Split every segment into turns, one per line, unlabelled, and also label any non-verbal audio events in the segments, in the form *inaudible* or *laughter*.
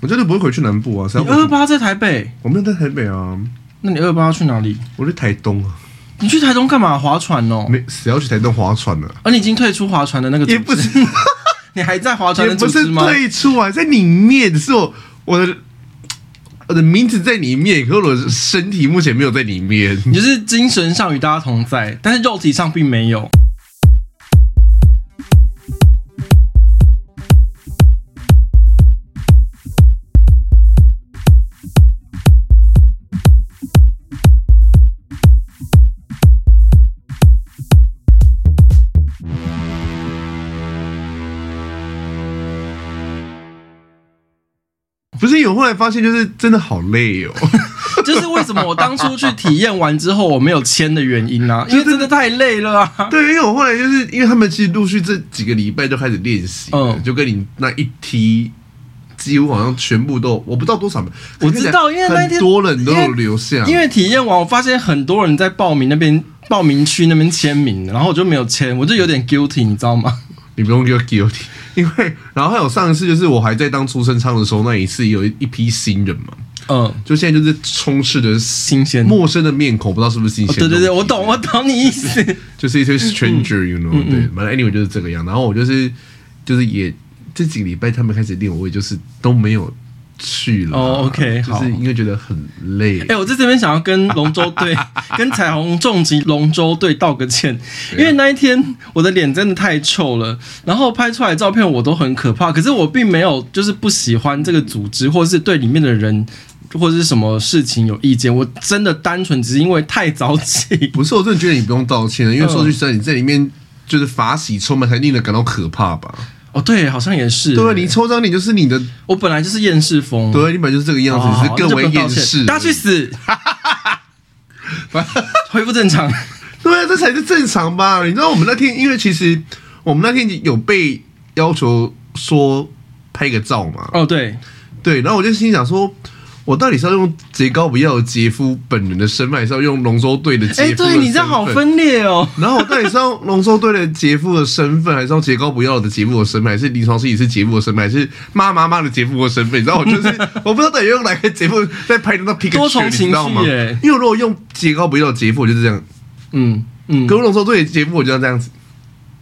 我真的不会回去南部啊，三
你二八在台北，
我没有在台北啊，
那你二八要去哪里？
我在台东啊，
你去台东干嘛？划船哦。
没谁要去台东划船的、啊，
而你已经退出划船的那个组
也
织，
不是
*laughs* 你还在划船
也
的
不
组
是
织吗？
退出啊，在里面，只是我我的我的名字在里面，可我的身体目前没有在里
*laughs*
面。
你就是精神上与大家同在，但是肉体上并没有。
不是有后来发现，就是真的好累哦， *laughs*
就是为什么我当初去体验完之后我没有签的原因啊，因为真的太累了啊。
对，因为我后来就是因为他们其实陆续这几个礼拜就开始练习了，
嗯
就跟你那一梯。几乎好像全部都，我不知道多少，
我知道因为那
很
天
多人都
因
有
为
留下，
因为体验完，我发现很多人在报名那边、报名区那边签名，然后我就没有签，我就有点 guilty，你知道吗？
你不用 g u i l t y *laughs* 因为然后还有上一次就是我还在当出生仓的时候，那一次也有一批新人嘛，
嗯，
就现在就是充斥着
新鲜
陌生的面孔，不知道是不是新鲜、
嗯哦对对对，我，嗯懂，我懂你意思。
就是一些 stranger，you know，、对，
嗯
反正 anyway 就是这个样。然后我就是就是也这几个礼拜他们开始练，我也就是都没有去了。
哦，OK，
就
好
是因为觉得很累。
哎、我在这边想要跟龙舟
*laughs*
队、跟彩虹重击龙舟队道个歉，
啊
因为那一天我的脸真的太臭了，然后拍出来的照片我都很可怕，可是我并没有就是不喜欢这个组织，或是对里面的人。或者是什么事情有意见，我真的单纯只是因为太早起，
不是，我真的觉得你不用道歉啊
嗯
了，因为说句实在，你在里面就是法喜充满，才令人感到可怕吧？
哦，对，好像也是。欸
对啊，你抽张脸就是你的
我本来就是厌世风。
对，啊你本来就是这个样
好，
子，
好
只
好
是更
嗯哦那就
为
不道
厌
歉
世。
大家
*laughs*
去死，恢复正常。
对啊，这才是正常吧？你知道我们那天，因为其实我们那天有被要求说拍个照嘛，
哦，对，
对，然后我就心想说。我到底是要用杰高不要的杰夫本人的身份，还是要用龙舟队的杰夫
哎、
的身份？
对你这样好分裂哦。 *laughs*
然后我到底是要龙舟队的杰夫的身份，还是要杰高不要的杰夫的身份，还是临床心理师杰夫的身份，还是妈妈妈的杰夫的身份？你知道我就是我不知道到底用哪个杰夫在拍那 P
*laughs* 多重情绪
你知道吗？
耶
因为如果用杰高不要的杰夫，我就是这样；，
嗯嗯
可，是龙舟队的杰夫，我就要这样子。嗯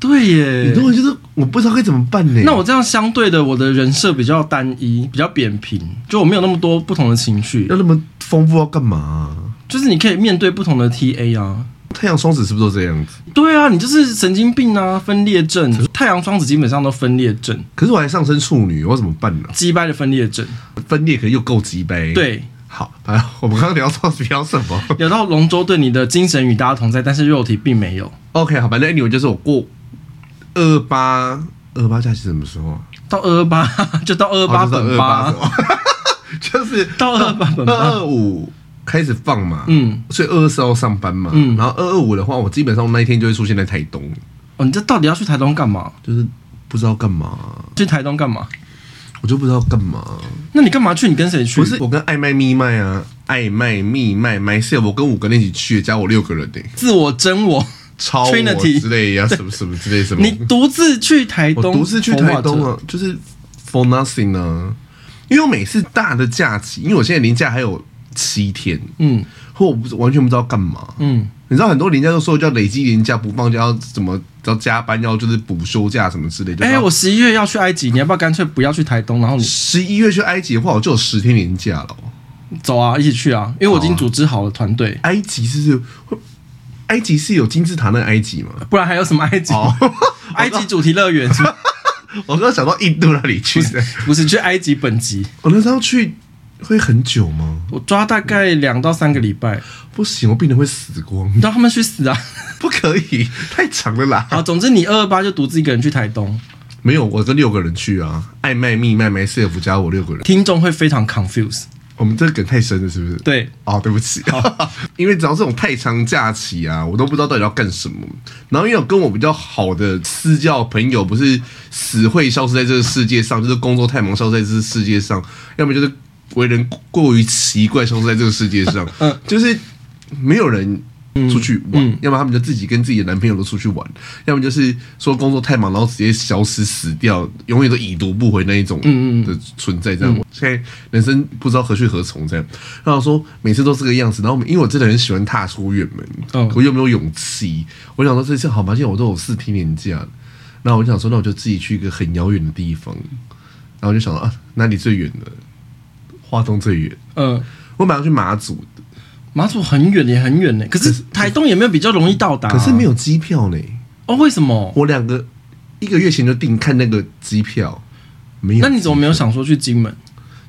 对耶。
你知道我就是我不知道该怎么办呢、
那我这样相对的，我的人设比较单一，比较扁平，就我没有那么多不同的情绪
要，那么丰富要干嘛、
就是你可以面对不同的 TA 啊。
太阳双子是不是都这样子？
对啊，你就是神经病啊，分裂症，太阳双子基本上都分裂症，
可是我还上升处女，我怎么办呢、
鸡掰的分裂症。
分裂可又够鸡掰。，
对，
好，反正我们刚刚聊到聊什么
聊到龙舟对你的精神与大家同在，但是肉体并没有。
？OK，好，反正 anyway 就是我过二八二八假期什么时候啊？
到二二八 *laughs* 就到二二八本八，
哦 *laughs* 就是
到 *laughs* 二二八本
二二
八。
五开始放嘛，
嗯，
所以二二四要上班嘛，
嗯
然后二二五的话，我基本上那一天就会出现在台东，
哦，你这到底要去台东干嘛？
就是不知道干嘛，
去台东干嘛？
我就不知道干嘛。
那你干嘛去？你跟谁去？
不是我跟爱麦密麦啊，爱麦密麦 myself，我跟五个人一起去，加我六个人呢、
自我真我，
超我
Trinity
之类呀、什么什么之类什么。
你独自去台
嗯我
东，
独自去台东
佛化
啊
者，，
就是 for nothing 啊，因为我每次大的假期，因为我现在年假还有七天，
嗯
或我不是完全不知道干嘛。
嗯，
你知道很多年假都说叫累积年假不放假，要怎么要加班，要就是补休假什么之类的。
哎、我十一月要去埃及，你要不要干脆不要去台东，然后你
十一月去埃及的话，我就有十天年假了哦。
走啊，一起去啊？因为我已经组织好了团队，
埃及是会，埃及是有金字塔那个埃及吗？
不然还有什么埃及？
哦，
*laughs* 埃及主题乐园
*laughs* 我刚刚想到印度那里去的。
不是去埃及本集，
我那时候去会很久吗？
我抓大概两到三个礼拜，
不行，我病人会死光， *laughs*
让他们去死啊！
不可以，太长了啦。
好，总之你二二八就独自一个人去台东，
没有，我跟六个人去啊，爱麦密麦麦 self 加我六个人，
听众会非常 confused。
我们这个梗太深了，是不是？
对，
哦，对不起， *laughs* 因为只要这种太长假期啊，我都不知道到底要干什么。然后因为有跟我比较好的私教朋友，不是死会消失在这个世界上，就是工作太忙消失在这个世界上，要么就是为人过于奇怪消失在这个世界上，
*laughs* 嗯
就是没有人。出去玩，
嗯
要么他们就自己跟自己的男朋友都出去玩，要么就是说工作太忙，然后直接消失死掉，永远都已读不回那一种
嗯嗯嗯
的存在。这样，我现在人生不知道何去何从这样。然后说每次都这个样子，然后我因为我真的很喜欢踏出远门，
嗯
我又没有勇气，我想说这次好嘛，现在我都有四天年假了，然后我就想说，那我就自己去一个很遥远的地方，然后我就想到啊，哪里最远呢？花东最远，
嗯，
我马上去马祖的，
马祖很远也很远呢，可是台东也没有比较容易到达、啊
可是没有机票呢。
哦，为什么？
我两个一个月前就订看那个机票，没有机
那
票，
你怎么没有想说去金门？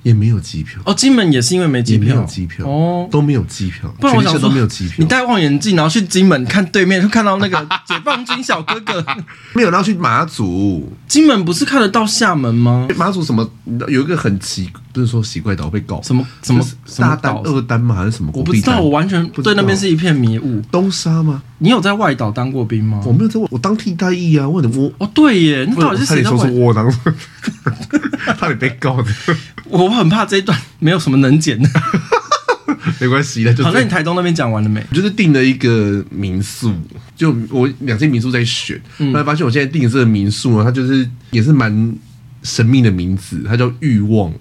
也没有机票，
哦，金门也是因为没机
也没
票，
有机票，
哦。
都没有机票，
不然我
全
想
世界
说
都没有机票，
你戴望远镜，然后去金门看对面，就看到
*laughs*
那个解放军小哥哥。
没有，然后去马祖，
金门不是看得到厦门吗？
马祖什么有一个很奇，不是说奇怪岛被告
什么什么
就是
什么
大丹
岛
二丹嘛，还是什么
我
国
不
币
知
单？
道，我完全
不知道
对那边是一片迷雾。
东沙吗？
你有在外岛当过兵吗
我？没有在，我当替代役啊，我很我。
哦，对耶，那到底是
差
谁
点
在
说
外
是？我当， *laughs* 差点被告的，
我很怕这一段没有什么能剪的。
没关系 *laughs* 的，就
好，那
是
你台东那边讲完了没？
就是订了一个民宿，就我两间民宿在选，
嗯
后来发现我现在订的这个民宿呢，它就是也是蛮神秘的名字，它叫欲望，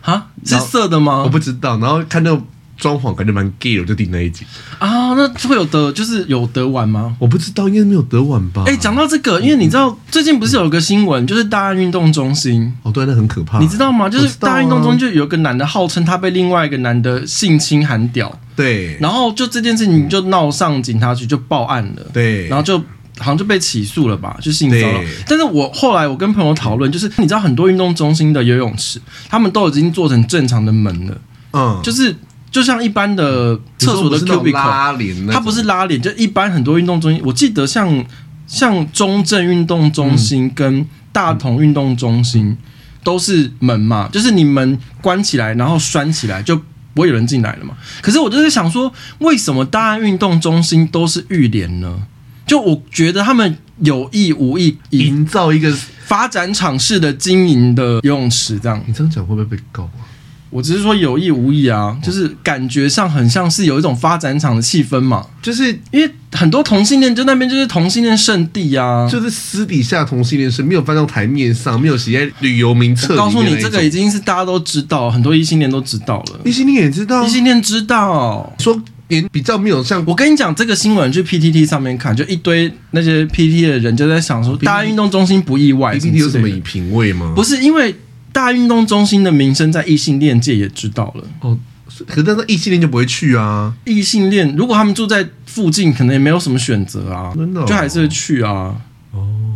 哈，是
然后
色的吗？
我不知道。然后看那个装潢感觉蛮 gay 的，我就订那一间。
啊，那会有得就是有得玩吗？
我不知道，应该没有得晚吧？
哎、讲到这个，因为你知道最近不是有个新闻，就是大安运动中心，
哦，对，那很可怕，
你知道吗？就
我
是
知道啊
大安运动中心就有一个男的号称他被另外一个男的性侵喊屌，
对，
然后就这件事情就闹上警察局就报案了，
对
然后就。好像就被起诉了吧，就性骚扰
对。
但是我后来我跟朋友讨论，就是你知道很多运动中心的游泳池，他们都已经做成正常的门了，
嗯，
就是就像一般的厕所的
你说不是那种
cubicle，
拉帘，
它不是，拉脸，就一般很多运动中心，我记得像像中正运动中心跟大同运动中心都是门嘛，就是你门关起来，然后拴起来，就不会有人进来了嘛。可是我就是想说，为什么大安运动中心都是浴帘呢？就我觉得他们有意无意以
营造一个。
发展场式的经营的游泳池这样，
你这样讲会不会被告啊？
我只是说有意无意啊，就是感觉上很像是有一种发展场的气氛嘛。
就是
因为很多同性恋就那边就是同性恋圣地啊。
就是私底下同性恋是没有搬到台面上，没有写在旅游名册
我
里面那一
告诉
种。
你，这个已经是大家都知道，很多异性恋都知道了。
异性恋也知道啊
异，性恋知道，
说连比较没有像
我跟你讲，这个新闻去 PTT 上面看，就一堆那些 PTT 的人就在想说，
PTT
大运动中心不意外
PPT 有什么
之类
以
的
品味吗？
不是因为大运动中心的名声在异性恋界也知道了。
哦，是可是那异性恋就不会去啊。
异性恋如果他们住在附近，可能也没有什么选择啊，
真的哦哦
就还是会去啊。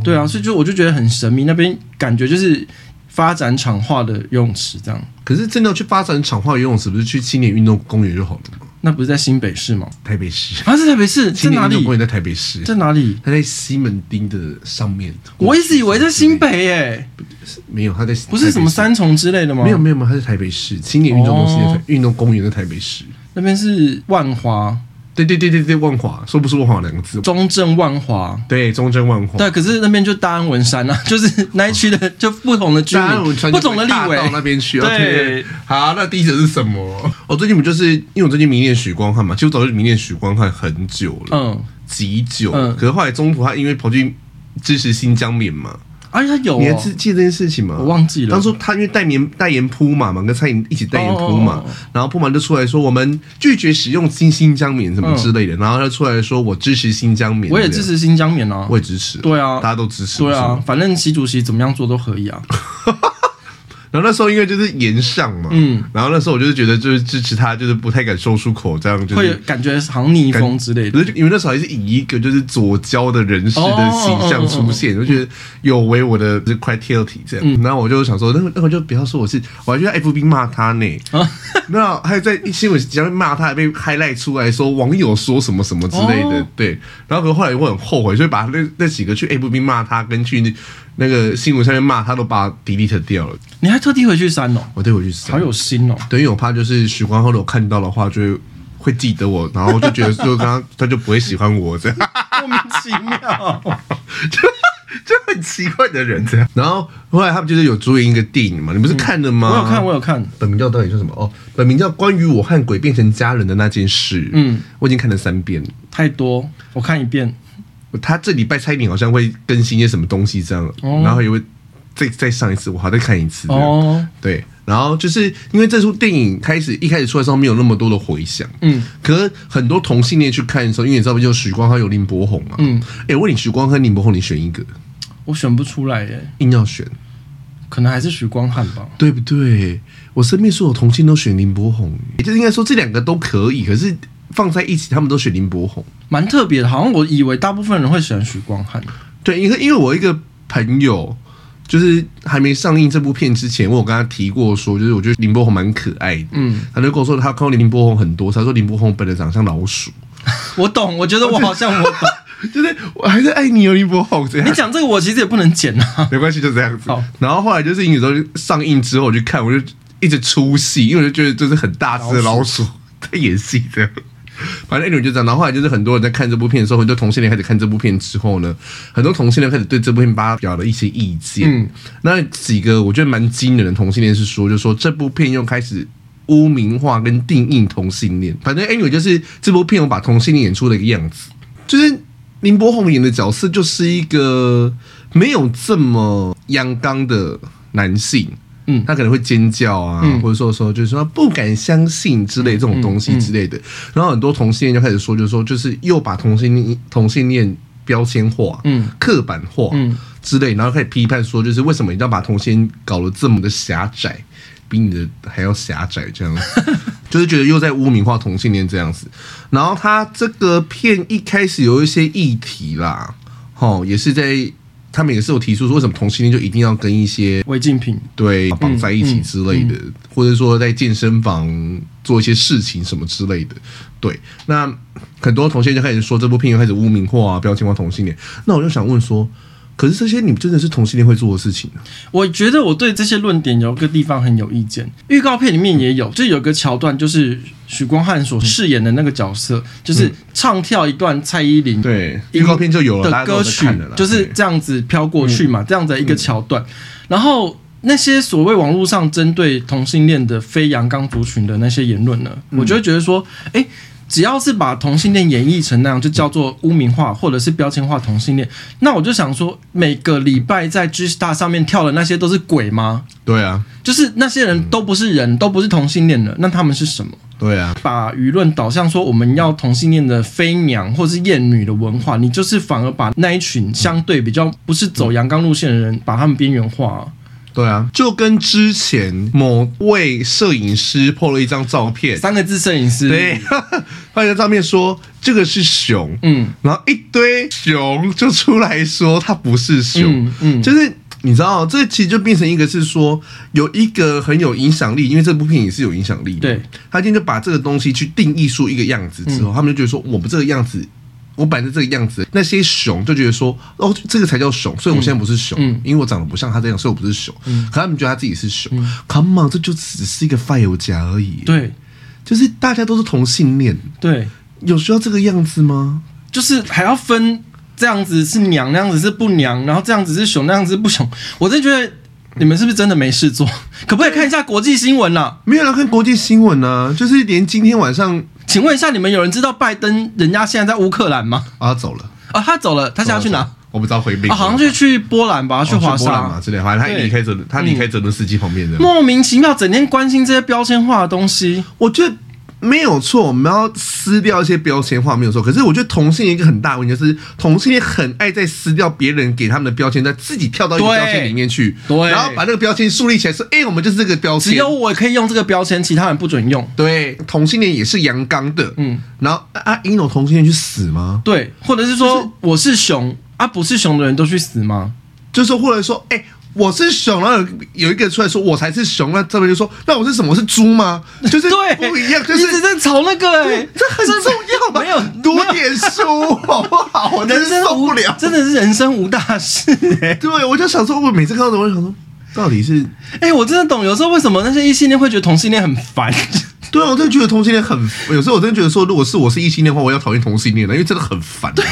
对啊，所以就我就觉得很神秘，那边感觉就是发展场化的游泳池这样。
可是真的要去发展场化游泳池，不是去青年运动公园就好了吗？
那不是在新北市吗？
台北市，
啊，是台北市，在
青年
哪
运动
里
公？园在台北市，
在哪里？
它在西门町的上面。
我一直以为在新北诶、
没有，它在
不是什么
台
三重之类
北
的吗？
市，没有没有没有，它是台北市青年运动中心的
哦
台运动公园在台北市。
那边是万华、
对对对对对，万华说不是万华两个字，
中正万华。
对，中正万华。
对，啊可是那边就大安文山啊， *laughs* 就是那一区的，就不同的居
当然我
民
们传，
不同的立委
到那边去。
对
OK 好，那第一则是什么？哦我最近不就是因为我最近迷恋许光汉嘛，其实我早就迷恋许光汉很久了，
嗯，
极久。
嗯
可是后来中途他因为跑去支持新疆棉嘛，
而且他有、
你还
哦，
记记得这件事情吗？
我忘记了
当初他因为代言代言铺马嘛，跟蔡依林一起代言铺马，
哦哦哦
然后铺马就出来说我们拒绝使用新新疆棉什么之类的，然后他就出来说我支持新疆棉，
嗯我也支，持新疆棉啊
我，也支持，
对啊
大家都支持，
对
不是
啊
吗，
反正习主席怎么样做都可以啊。
然后那时候因为就是延上嘛，
嗯，
然后那时候我就是觉得就是支持他，就是不太敢说出口，这样就
会有
是。
感觉好像逆风之类
不
的。
是，因为那时候还是以一个就是左交的人士
哦
的形象出现，我就觉得有违我的就是 credibility 这
嗯
样。然后我就想说，那那我就不要说我是，我还去 FB 骂他呢。
哦
*laughs* 那还有在新闻下面骂他，还被 highlight 出来说网友说什么什么之类的
哦。
对，然后可是后来我很后悔，所以把那那几个去 FB 骂他跟去那个新闻上面骂他都把 delete 掉了，
你还特地回去删哦，
我对我去删
好有心哦。
对，因为我怕就是许光汉如果看到的话，就会会记得我，然后就觉得说他他就不会喜欢我这样， *laughs*
莫名其妙。
就很奇怪的人这样。然后后来他们就是有主演一个电影嘛，你不是看了吗？
我有看，我有看，
本名叫到底是什么？哦，本名叫《关于我和鬼变成家人的那件事》。
嗯，
我已经看了三遍。
太多，我看一遍。
他这礼拜猜你好像会更新一些什么东西这样，
哦
然后也会再再上一次，我还再看一次。哦，
哦，
对，然后就是因为这出电影开始一开始出来的时候没有那么多的回响，
嗯，
可是很多同性恋去看的时候，因为你知道不，就许光汉有林柏宏嘛，
嗯，
哎、我问你，许光汉、林柏宏，你选一个，
我选不出来耶，
硬要选，
可能还是许光汉吧。
对不对？我身边所有同性都选林柏宏，也就是应该说这两个都可以，可是放在一起，他们都选林柏宏。
蛮特别的，好像我以为大部分人会喜欢许光汉。
对，因为因为我一个朋友，就是还没上映这部片之前，我有跟他提过说，就是我觉得林柏宏蛮可爱的。
嗯，
他就跟我说，他看过林柏宏很多次，他说林柏宏本人长得像老鼠，
我懂，我觉得我好像
*laughs*
我懂。
就是我还是爱你哦，林柏宏这
你
样。
讲这个我其实也不能剪啊。
没关系，就这样子
好。
然后后来就是影时候上映之后，我去看，我就一直出戏，因为我就觉得就是很大只的老鼠在演戏这样。反正 anyway 就这样，然后后来就是很多人在看这部片的时候，很多同性恋开始看这部片之后呢，很多同性恋开始对这部片发表了一些意见。
嗯
那几个我觉得蛮惊人的同性恋是说，就说这部片又开始污名化跟定义同性恋。反正 anyway 就是这部片我把同性恋演出的一个样子，就是林柏宏演的角色就是一个没有这么阳刚的男性。
嗯
他可能会尖叫啊，
嗯
或者说说就是说不敢相信之类这种东西之类
嗯
的，然后很多同性恋就开始说，就是说就是又把同性恋同性恋标签化、
嗯
刻板化，
嗯
之类，然后开始批判说，就是为什么一定要把同性搞得这么的狭窄，比你的还要狭窄这
*laughs*
样子，就是觉得又在污名化同性恋这样子。然后他这个片一开始有一些议题啦，哦，也是在他们也是有提出说，为什么同性恋就一定要跟一些
违禁品，
对绑在一起之类的，
嗯
或者说在健身房做一些事情什么之类的。对，那很多同性恋就开始说这部片又开始污名化啊、标签化同性恋。那我就想问说，可是这些你们真的是同性恋会做的事情啊？
我觉得我对这些论点有一个地方很有意见。预告片里面也有，就有个桥段，就是许光汉所饰演的那个角色，就是唱跳一段蔡依林
对，预告片就有了，大
的
家都
歌
在
曲
看了啦，
就是
对嗯
这样子飘过去嘛，这样的一个桥段。然后那些所谓网络上针对同性恋的非阳刚族群的那些言论呢，
嗯
我就会觉得说，哎、只要是把同性恋演绎成那样，就叫做污名化或者是标签化同性恋。那我就想说，每个礼拜在 G Star 上面跳的那些都是鬼吗？
对啊，
就是那些人都不是人，都不是同性恋了，那他们是什么？
对啊，
把舆论导向说我们要同性恋的飞娘或是厌女的文化，你就是反而把那一群相对比较不是走阳刚路线的人，把他们边缘化、
对啊，就跟之前某位摄影师 po 了一张照片，
三个字摄影师，
*laughs* 对，，他在照片说这个是熊，
嗯，
然后一堆熊就出来说它不是熊，
嗯嗯
就是。你知道，这其实就变成一个是说有一个很有影响力，因为这部片也是有影响力的。
对，嗯
他今天就把这个东西去定义出一个样子之后，他们就觉得说，我们这个样子，我摆在这个样子，那些熊就觉得说，哦，这个才叫熊，所以我现在不是熊，
嗯
因为我长得不像他这样，所以我不是熊。可他们觉得他自己是熊、c
嗯
o m e on，这就只是一个发油夹而已。，
对
就是大家都是同性恋，
对，
有需要这个样子吗？
就是还要分这样子是娘，那样子是不娘，然后这样子是熊，那样子是不熊。我真觉得你们是不是真的没事做？可不可以看一下国际新闻啊啦、
没有人看国际新闻呢、就是连今天晚上
请问一下，你们有人知道拜登人家现在在乌克兰吗？
啊他走了，
啊，他走了，他现在去哪？
走了？我不知道回避、
啊，好像是去波兰吧，去
哦
华
波兰
沙
嘛之类的，反正他一
对嗯
离开泽伦，他离开泽伦斯基旁边的。
莫名其妙，整天关心这些标签化的东西。
我觉得没有错，我们要撕掉一些标签化没有错。可是我觉得同性恋一个很大的问题就是，同性恋很爱在撕掉别人给他们的标签，再自己跳到一个
对
标签里面去，
对
然后把那个标签树立起来，说：“哎、我们就是这个标签。”
只有我可以用这个标签，其他人不准用。
对同性恋也是阳刚的，
嗯，
然后啊，一种同性恋去死吗？
对，或者是说我是熊啊，不是熊的人都去死吗？
就是或者说，哎、我是熊，然后有有一个出来说我才是熊，那这边就说那我是什么？我是猪
*laughs*
吗？就是
对，
不一样，就
你只
是
在吵那个、欸，
这很重要吧？
没有
读点书好不好？我真
人
是
生
受
无
不了。
*laughs* 真的是人生无大事哎、欸
对，我就想说，我每次看到的，我就想说，到底是
哎、我真的懂，有时候为什么那些异性恋会觉得同性恋很烦， *laughs*
对啊，我真的觉得同性恋很，有时候我真的觉得说，如果是我是异性恋的话，我要讨厌同性恋的，因为真的很烦。对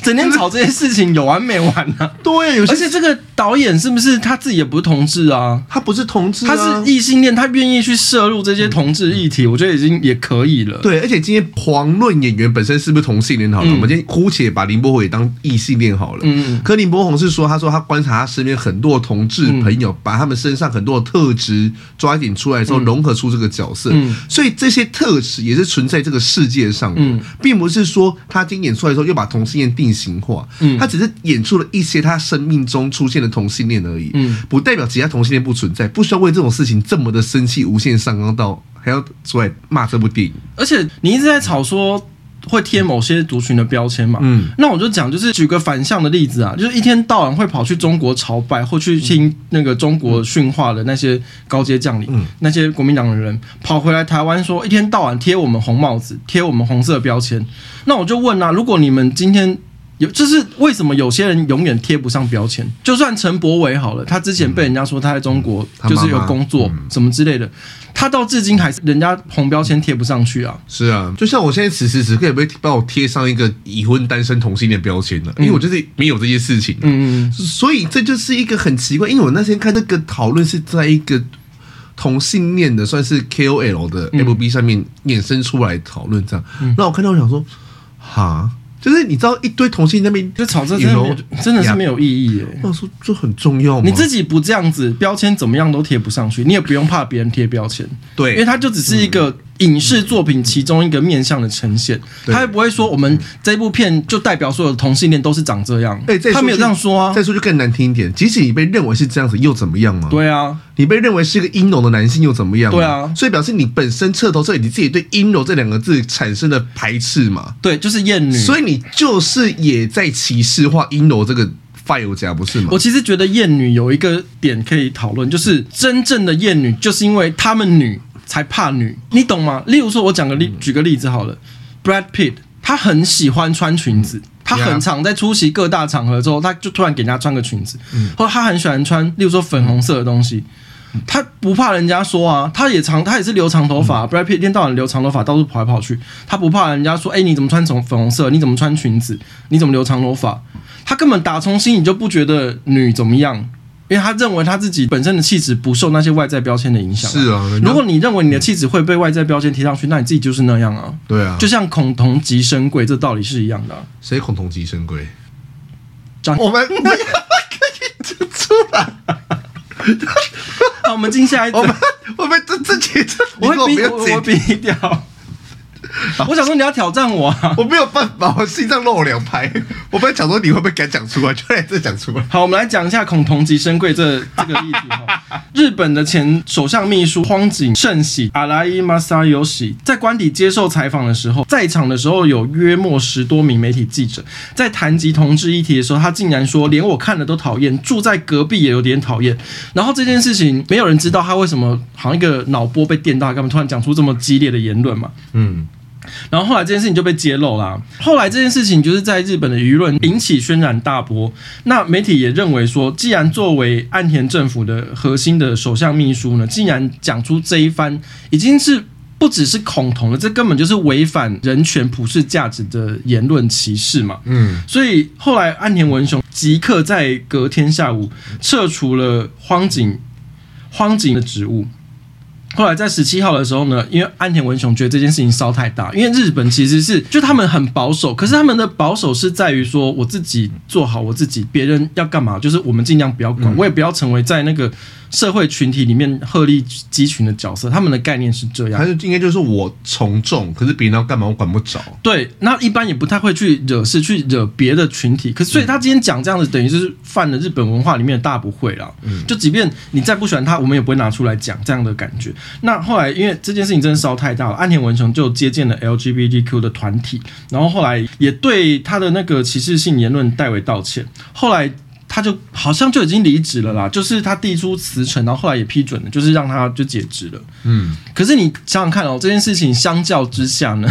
整天吵这些事情有完没完呢、
对，有
而
些
且这个导演是不是他自己也不是同志啊？
他不是同志、啊，
他是异性恋，他愿意去摄入这些同志议题，我觉得已经也可以了。
对，而且今天狂论演员本身是不是同性恋好了，
嗯
我们今天姑且把林柏宏也当异性恋好了。
嗯
可林柏宏是说，他说他观察他身边很多同志朋友，把他们身上很多的特质抓一点出来之后，融合出这个角色。
嗯
所以这些特质也是存在这个世界上的，
嗯
并不是说他今天演出来之后又把同性恋定型化，
嗯
他只是演出了一些他生命中出现的同性恋而已，
嗯
不代表其他同性恋不存在，不需要为这种事情这么的生气，无限上纲到还要出来骂这部电影。
而且你一直在吵说会贴某些族群的标签嘛，
嗯
那我就讲，就是举个反向的例子啊，就是一天到晚会跑去中国朝拜或去听那个中国训话的那些高阶将领，
嗯
那些国民党的人跑回来台湾说，一天到晚贴我们红帽子，贴我们红色标签。那我就问啊，如果你们今天有，就是为什么有些人永远贴不上标签？就算陈柏伟好了，他之前被人家说他在中国
嗯他妈
就
妈
是有工作什么之类的，他到至今还是人家红标签贴不上去啊。
是啊，就像我现在此时此刻也被帮我贴上一个已婚单身同性恋标签了，因为我就是没有这些事情、啊
嗯，
所以这就是一个很奇怪。因为我那天看这个讨论是在一个同性恋的算是 KOL 的
嗯
FB 上面衍生出来讨论这样，那、我看到我想说，哈，就是你知道一堆同性恋那边
就吵这真的没有
You know，
真的是
yeah
没有意义耶、
我说这很重要吗？
你自己不这样子，标签怎么样都贴不上去，你也不用怕别人贴标签，
对
因为它就只是一个影视作品其中一个面向的呈现，
对
他也不会说我们这部片就代表所有的同性恋都是长这样，
哎、再
他没有
就
这样说啊
再，说就更难听一点，即使你被认为是这样子，又怎么样嘛？
对啊，
你被认为是一个阴柔的男性又怎么样嘛？
对啊
所以表示你本身彻头彻尾你自己对阴柔这两个字产生了排斥嘛，
对，就是厌女，啊
所以你就是也在歧视化阴柔这个 file 夹不是吗
我？其实觉得厌女有一个点可以讨论，就是真正的厌女，就是因为她们女才怕女，你懂吗？例如说，我讲个
嗯
例，举个例子好了，Brad Pitt，他很喜欢穿裙子。他
Yeah
很常在出席各大场合之后，他就突然给人家穿个裙子，
嗯
或者他很喜欢穿，例如说粉红色的东西，他不怕人家说啊，他也长，他也是留长头发、b
嗯
r a d Pitt 一天到晚留长头发，到处跑来跑去，他不怕人家说，哎、你怎么穿粉粉红色？你怎么穿裙子？你怎么留长头发？他根本打从心里就不觉得女怎么样，因为他认为他自己本身的气质不受那些外在标签的影响、
是啊人家
如果你认为你的气质会被外在标签贴上去，那你自己就是那样啊。
对啊，
就像恐同即生贵，这道理是一样的啊、
谁恐同即生贵？
张
我们 *laughs* 不要可以出来，
好，我们进下
*laughs*
一
我
则
们。我们这这节这，
我会
你
逼
给
我
我
我
哦不要
会
剪，
逼掉。
*laughs*
我想说你要挑战我啊！
我没有办法，我心脏漏两拍。我本来想说你会不会敢讲出来，就来这讲出来。
好，我们来讲一下恐同及生贵这这个议题哈。日本的前首相秘书荒井胜喜阿拉伊马萨尤喜在官邸接受采访的时候，在场的时候有约莫十多名媒体记者，在谈及同志议题的时候，他竟然说连我看了都讨厌，住在隔壁也有点讨厌。然后这件事情没有人知道他为什么好像一个脑波被电到，干嘛突然讲出这么激烈的言论嘛？
嗯，
然后后来这件事情就被揭露啦。后来这件事情就是在日本的舆论引起轩然大波。那媒体也认为说，既然作为岸田政府的核心的首相秘书呢，竟然讲出这一番，已经是。不只是恐同了，这根本就是违反人权普世价值的言论歧视嘛。
嗯，
所以后来安田文雄即刻在隔天下午撤除了荒井荒井的职务。后来在十七号的时候呢，因为安田文雄觉得这件事情烧太大，因为日本其实是就他们很保守，可是他们的保守是在于说我自己做好我自己，别人要干嘛就是我们尽量不要管，我也不要成为在那个社会群体里面鹤立鸡群的角色。他们的概念是这样
他，就应该就是我从众，可是别人要干嘛我管不着。
对，那一般也不太会去惹事，去惹别的群体。可是，所以他今天讲这样子，等于就是犯了日本文化里面的大不讳啦。就即便你再不喜欢他，我们也不会拿出来讲这样的感觉。那后来，因为这件事情真的烧太大了，岸田文雄就接见了 LGBTQ 的团体，然后后来也对他的那个歧视性言论代为道歉。后来。他就好像就已经离职了啦，就是他递出辞呈，然后后来也批准了，就是让他就解职了。
嗯，
可是你想想看哦，这件事情相较之下呢，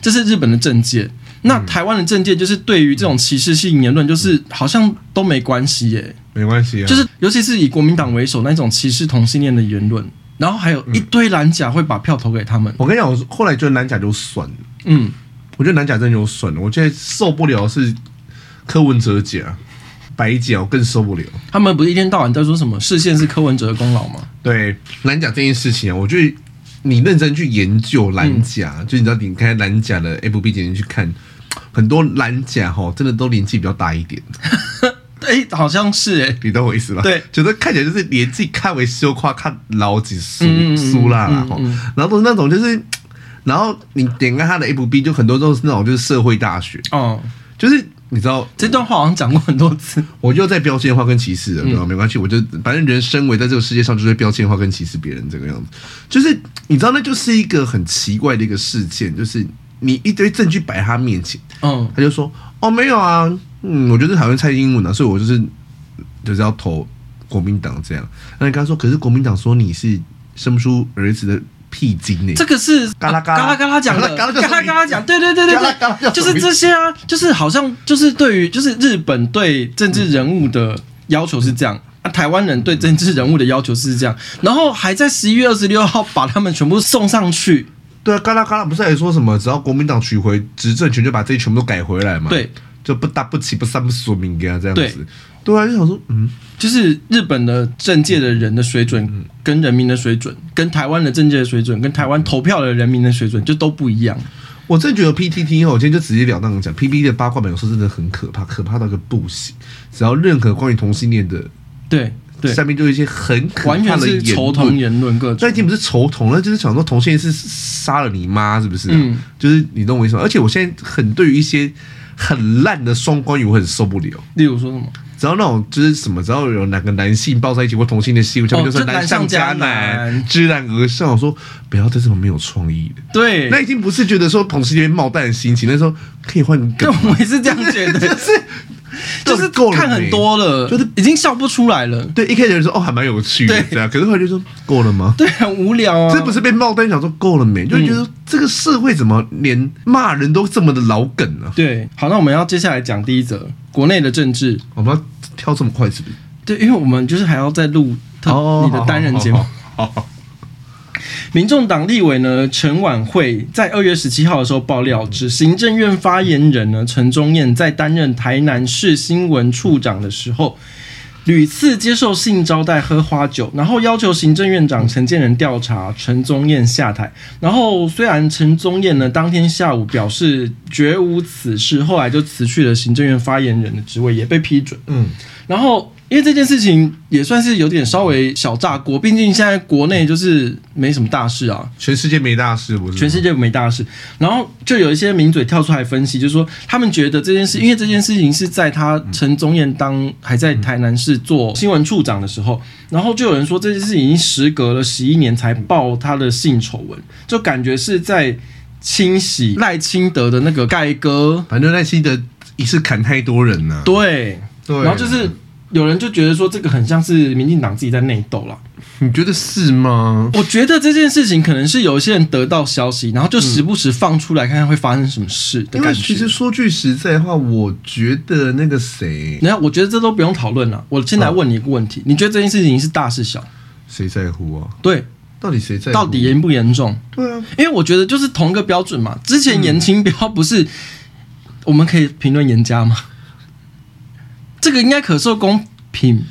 这是日本的政界，那台湾的政界就是对于这种歧视性言论，就是好像都没关系耶、
没关系啊，
就是尤其是以国民党为首那种歧视同性恋的言论，然后还有一堆蓝甲会把票投给他们。
我跟你讲，我后来觉得南甲就算了，
嗯，
我觉得南甲真的就算了，我现在受不了的是柯文哲甲、白甲，我更受不了。
他们不是一天到晚在说什么视线是柯文哲的功劳吗？
对蓝甲这件事情啊，我觉得你认真去研究蓝甲，
嗯
就你知道，你开蓝甲的 FB 点进去看，很多蓝甲哈，真的都年纪比较大一点，
哎、好像是哎、
你懂我意思吧？
对
觉得看起来就是年纪看为羞夸，看老几苏
嗯嗯嗯
苏啦啦
嗯
哈
嗯，
然后都是那种就是，然后你点开他的 FB，就很多都是那种就是社会大学，
哦，
就是你知道。
这段话好像讲过很多次。
我又在标签化跟歧视了，对吧？没关系，我就反正人身为在这个世界上，就是会标签化跟歧视别人这个样子。就是你知道，那就是一个很奇怪的一个事件，就是你一堆证据摆在他面前，
嗯
他就说：“哦，没有啊，嗯，我就是讨厌蔡英文啊，所以我就是就是要投国民党这样。”那你跟他说：“可是国民党说你是生不出儿子的屁精呢、
这个是啊
嘎啦嘎啦
嘎啦嘎啦讲的，
*laughs* 嘎
嘎
啦
啦
嘎啦
嘎啦讲，对对对对
嘎啦嘎啦
对，
叫什
就
么意思
是这些啊，就是好像就是对于就是日本对政治人物的要求是这样。啊、台湾人对政治人物的要求是这样，然后还在十一月二十六号把他们全部送上去。
对啊，嘎啦嘎啦，不是还说什么只要国民党取回执政权，就把这些全部都改回来嘛？
对，
就不搭不起不三不说明给他这样
对
子。对啊，就想说，嗯，
就是日本的政界的人的水准，跟人民的水准，跟台湾的政界的水准，跟台湾投票的人民的水准就都不一样。
我真觉得 PTT 哦，我今天就直截了当地讲，PPT 的八卦版有时候真的很可怕，可怕到一个不行。只要任何关于同性恋的，
对对，
下面就有一些很可
完
怕
全
的
是
言论。
仇同言论各
那
种
已。经不是仇同了，就是想说同性恋是杀了你妈是不是、
嗯
就是你懂我意思吗？而且我现在很对于一些很烂的双关语，我很受不了。
例如说什么？
只要那种就是什么，只要有两个男性抱在一起或同性的新闻，下面
哦
就
这
是难
难上
加
加难
难、知难而上。我说不要再这么没有创意的，
对，
那已经不是觉得说同性恋冒蛋的心情，那时候可以换
*laughs* 对，
梗，
我也是这样觉得，
*laughs* 就是
就是
到底够了
看
没
很多了，
就是
已经笑不出来了， *laughs*
对一开始就说哦还蛮有趣的
对
这样，可是后来就说够了吗？
对，很无聊啊。
这不是被冒单想说够了没？就是觉得这个社会怎么连骂人都这么的老梗呢、啊？
对，好，那我们要接下来讲第一则国内的政治，
我们要跳这么快是不是？
对，因为我们就是还要再录特、
哦
你的单人节目。
好好好好
民众党立委呢陈婉慧在二月十七号的时候爆料，指行政院发言人呢陈宗彦在担任台南市新闻处长的时候，屡次接受性招待喝花酒，然后要求行政院长陈建仁调查陈宗彦下台。然后虽然陈宗彦呢当天下午表示绝无此事，后来就辞去了行政院发言人的职位，也被批准。
嗯，
然后因为这件事情也算是有点稍微小炸锅，毕竟现在国内就是没什么大事啊，
全世界没大事，不是吗？
全世界没大事。然后就有一些名嘴跳出来分析，就是说他们觉得这件事，因为这件事情是在他陈宗彦当还在台南市做新闻处长的时候，然后就有人说这件事已经时隔了十一年才爆他的性丑闻，就感觉是在清洗赖清德的那个改革。
反正赖希德一次砍太多人了、
对，
对，
然后就是有人就觉得说这个很像是民进党自己在内斗啦。
你觉得是吗？
我觉得这件事情可能是有一些人得到消息，然后就时不时放出来看看会发生什么事
嗯
的
因为
感
其
觉
实。说句实在话，我觉得那个谁
然后我觉得这都不用讨论了。我先来问你一个问题：
嗯
你觉得这件事情是大是小？
谁在乎啊？
对，
到底谁在乎？
到底严不严重？
对啊，
因为我觉得就是同一个标准嘛。之前严清标不
嗯
是，我们可以评论严家吗？这个应该可受公平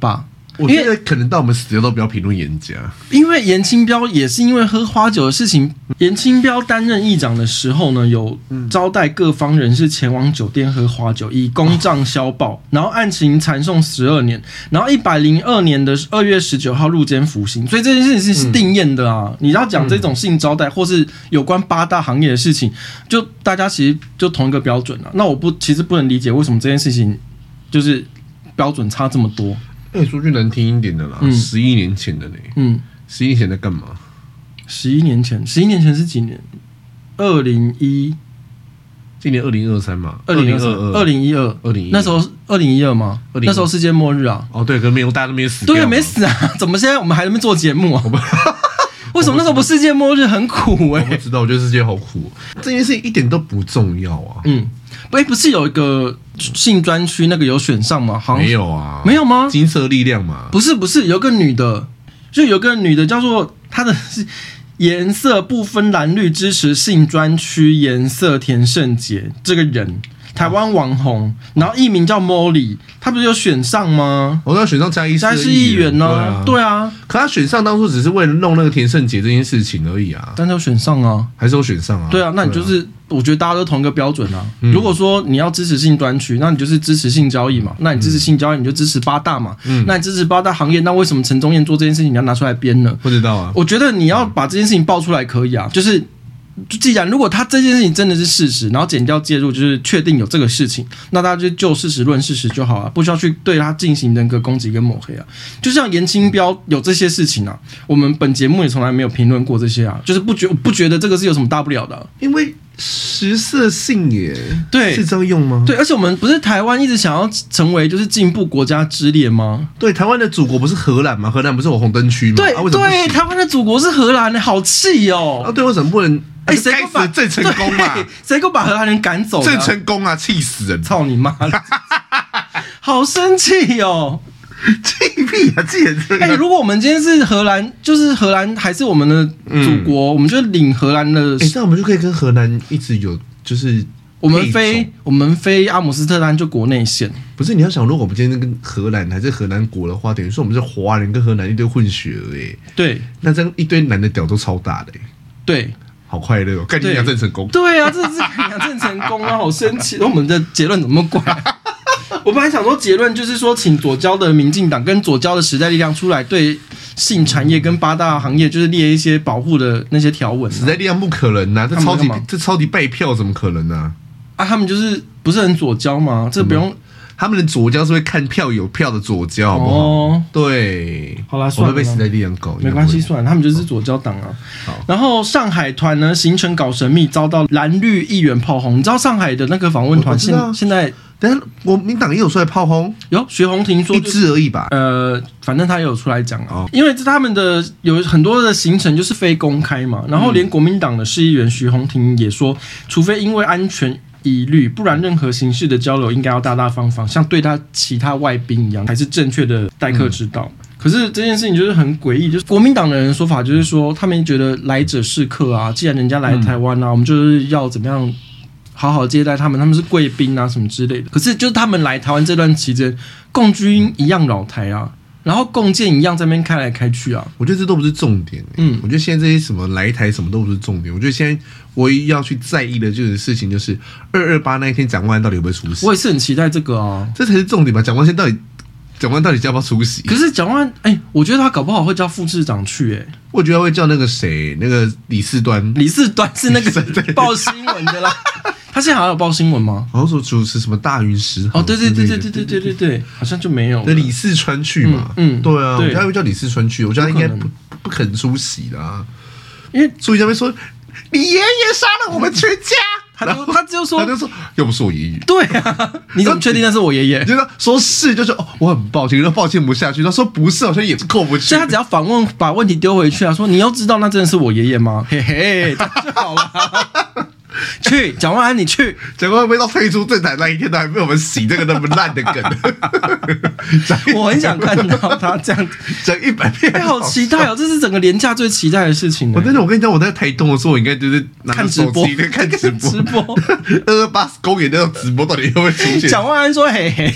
吧？
我
因
觉
为
得可能到我们死掉都不要评论严家。
因为严清标也是因为喝花酒的事情，严清标担任议长的时候呢，有招待各方人士前往酒店喝花酒，以公账销报，然后案情缠讼十二年，然后一百零二年的二月十九号入监服刑，所以这件事情是定验的啊！你要讲这种性招待或是有关八大行业的事情，就大家其实就同一个标准啊。那我不其实不能理解为什么这件事情就是标准差这么多，
哎、说句难听一点的啦，
嗯
十一、年前的呢，
嗯。
十一年前在干嘛？
十一年前，十一年前是几年？二零一
今年二零二三嘛，
二零二二
零
零一二
2012
那时候二零一二吗？
2012
那时候世界末日啊，
哦，对，可能没有大家都没死掉嘛，
对，没死啊， *laughs* 怎么现在我们还在那边做节目啊？ *laughs* 为什么那时候不世界末日很苦哎、
我不知道，我觉得世界好苦，这件事情一点都不重要啊，
嗯，不，哎不是有一个性专区那个有选上吗？好像
没有啊，
没有吗？
金色力量嘛，
不是不是，有个女的，就有个女的叫做她的是颜色不分蓝绿，支持性专区颜色田胜杰这个人，台湾网红，然后艺名叫 Molly，她不是有选上吗？
我要选上嘉义市
她
的
是议员呢、
啊，
对啊，
可他选上当初只是为了弄那个田胜杰这件事情而已啊，
但她有选上啊，
还是有选上啊？
对啊，那你就是，我觉得大家都同一个标准啊。如果说你要支持性专区，那你就是支持性交易嘛，那你支持性交易，你就支持八大嘛，那你支持八大行业，那为什么陈宗彦做这件事情你要拿出来编呢？
不知道啊，
我觉得你要把这件事情爆出来可以啊，就是。就既然如果他这件事情真的是事实，然后剪掉介入，就是确定有这个事情，那大家就就事实论事实就好啊了、不需要去对他进行人格攻击跟抹黑啊。就像严清标有这些事情啊，我们本节目也从来没有评论过这些啊，就是不觉不觉得这个是有什么大不了的啊、
因为食色性也，
对
是这样用吗？
对，而且我们不是台湾一直想要成为就是进步国家之列吗？
对，台湾的祖国不是荷兰吗？荷兰不是有红灯区吗？
对、
啊、为什么不行？
对，台湾的祖国是荷兰，好气
啊，
哦！
对，为什么不能？
哎、
啊
谁
该
敢把
死郑成功嘛？*laughs*
*laughs* 对谁敢把荷兰人赶走、啊？
郑成功啊，气死人！
操你妈了！ *laughs* 好生气哦！
气屁啊，气人这
哎、
个。
如果我们今天是荷兰，就是荷兰还是我们的祖国，我们就领荷兰的，
嗯哎，那我们就可以跟荷兰一直有就是
我们
配
飞
种
我们飞阿姆斯特丹就国内线，
不是你要想，如果我们今天跟荷兰还是荷兰国的话，等于说我们是华人跟荷兰一堆混血儿哎，
对
那这样一堆男的屌都超大的哎，
对
好快乐哦！干你
对
娘郑成功，
对啊，这是两证成功啊，好生气！我们的结论怎么那么怪 *laughs* 啊、我本来想说结论就是说，请左交的民进党跟左交的时代力量出来对性产业跟八大行业就是列一些保护的那些条文啊、
实在力量不可能呐、这
他们
超级
干嘛
这超级拜票怎么可能呢、
啊，他们就是不是很左交吗？这不用
他们的左交是会看票有票的左交，好不好？
哦。
对，
好啦
我会
算了
被
啦
时代力量搞，
没关系，
应该不会
算了，他们就是左交党啊
好。
然后上海团呢，行程搞神秘，遭到蓝绿议员炮轰。你知道上海的那个访问
我
团
我知
现
道啊
现在
等一下国民党也有出来炮轰，
有徐宏庭说
一
就
支而已吧。
呃，反正他也有出来讲啊，
哦
因为这他们的有很多的行程就是非公开嘛，然后连国民党的市议员徐宏庭也说，除非因为安全。疑虑，不然任何形式的交流应该要大大方方，像对他其他外宾一样，才是正确的待客之道。可是这件事情就是很诡异，就是国民党的人说法就是说，他们觉得来者是客啊，既然人家来台湾啊，我们就是要怎么样好好接待他们，他们是贵宾啊什么之类的。可是就是他们来台湾这段期间，共军一样扰台啊，然后共建一样在那边开来开去啊。
我觉得这都不是重点、欸，
嗯
我觉得现在这些什么来台什么都不是重点，我觉得现在唯一要去在意的就是事情，就是二二八那一天蒋万安到底有没有出席
我，也是很期待这个啊。
这才是重点吧？蒋万安到底蒋万安到底要不要出席？
可是蒋万，哎、我觉得他搞不好会叫副市长去、哎，
我觉得会叫那个谁，那个李四端，
*laughs* 李四端是那个报新闻的啦，他现在好像有报新闻吗？
好像说主持什么大云石
哦，对对对对对
对
对对对对，好像就没有了
那李四川去嘛，
嗯嗯
对啊，我
对
觉得他会叫李四川去，我觉得他应该
有可
不
能
不不肯出席的、啊，
因为
所以他会说你爷爷杀了我们全家，
*laughs* 他
然后
就他就说
他，就说又不是我爷爷。
对啊，你怎么确定那是我爷爷
你？就说说是，就是哦，我很抱歉，然后抱歉不下去。他说不是，好像也是扣不去。
所以他只要反问，把问题丢回去啊，说你要知道那真的是我爷爷吗？ *laughs* 嘿嘿，这样就好了。 *laughs* 去，蒋万安，你去。
结果会不会到退出政坛那一天，他还被我们洗这个那么烂的梗？
*laughs*
*laughs*
我很想看到他这 *laughs* 样子，
讲一百遍，
哎、好期待哦！这是整个廉价最期待的事情、欸
哦我真
的
的，我跟你讲，我在台东的时候，我应该就是拿着
看直
手
播
机在看直播，
直播。
*laughs* 二二八公演那种直播到底会不会出现？
蒋万安说：“嘿 *laughs* 嘿，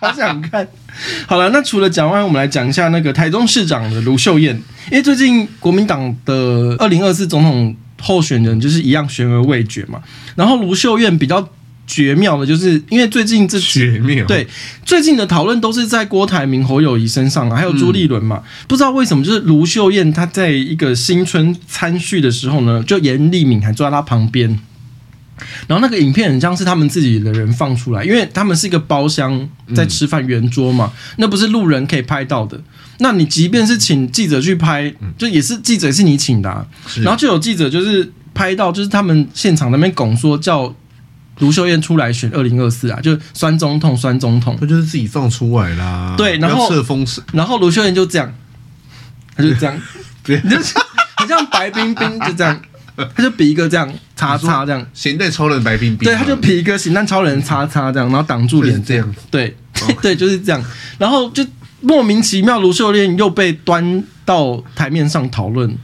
好想看。”好了，那除了蒋万安，我们来讲一下那个台中市长的卢秀燕，因为最近国民党的二零二四总统候选人就是一样悬而未决嘛。然后卢秀燕比较绝妙的，就是因为最近这几
绝妙，
对，最近的讨论都是在郭台铭、侯友谊身上、啊，还有朱立伦嘛。不知道为什么，就是卢秀燕她在一个新春参叙的时候呢，就严立敏还坐在她旁边。然后那个影片很像是他们自己的人放出来，因为他们是一个包厢在吃饭圆桌嘛，那不是路人可以拍到的。那你即便是请记者去拍，就也是记者也是你请的、啊，
是
然后就有记者就是拍到，就是他们现场那边拱说叫卢秀燕出来选二零二四啊，就是酸总统酸总统
他，就是自己放出来啦。
对然后
不要设风是
然后卢秀燕就这样，她就 *laughs* 这样，
别
你就很像白冰冰就 *laughs* 这样，她就比一个这样叉叉这样，
咸蛋超人白冰冰，啊
对，他就比一个形象超人叉叉这样，然后挡住脸
就是这样，
对 *laughs* 对，就是这样，然后就莫名其妙，卢秀燕又被端到台面上讨论。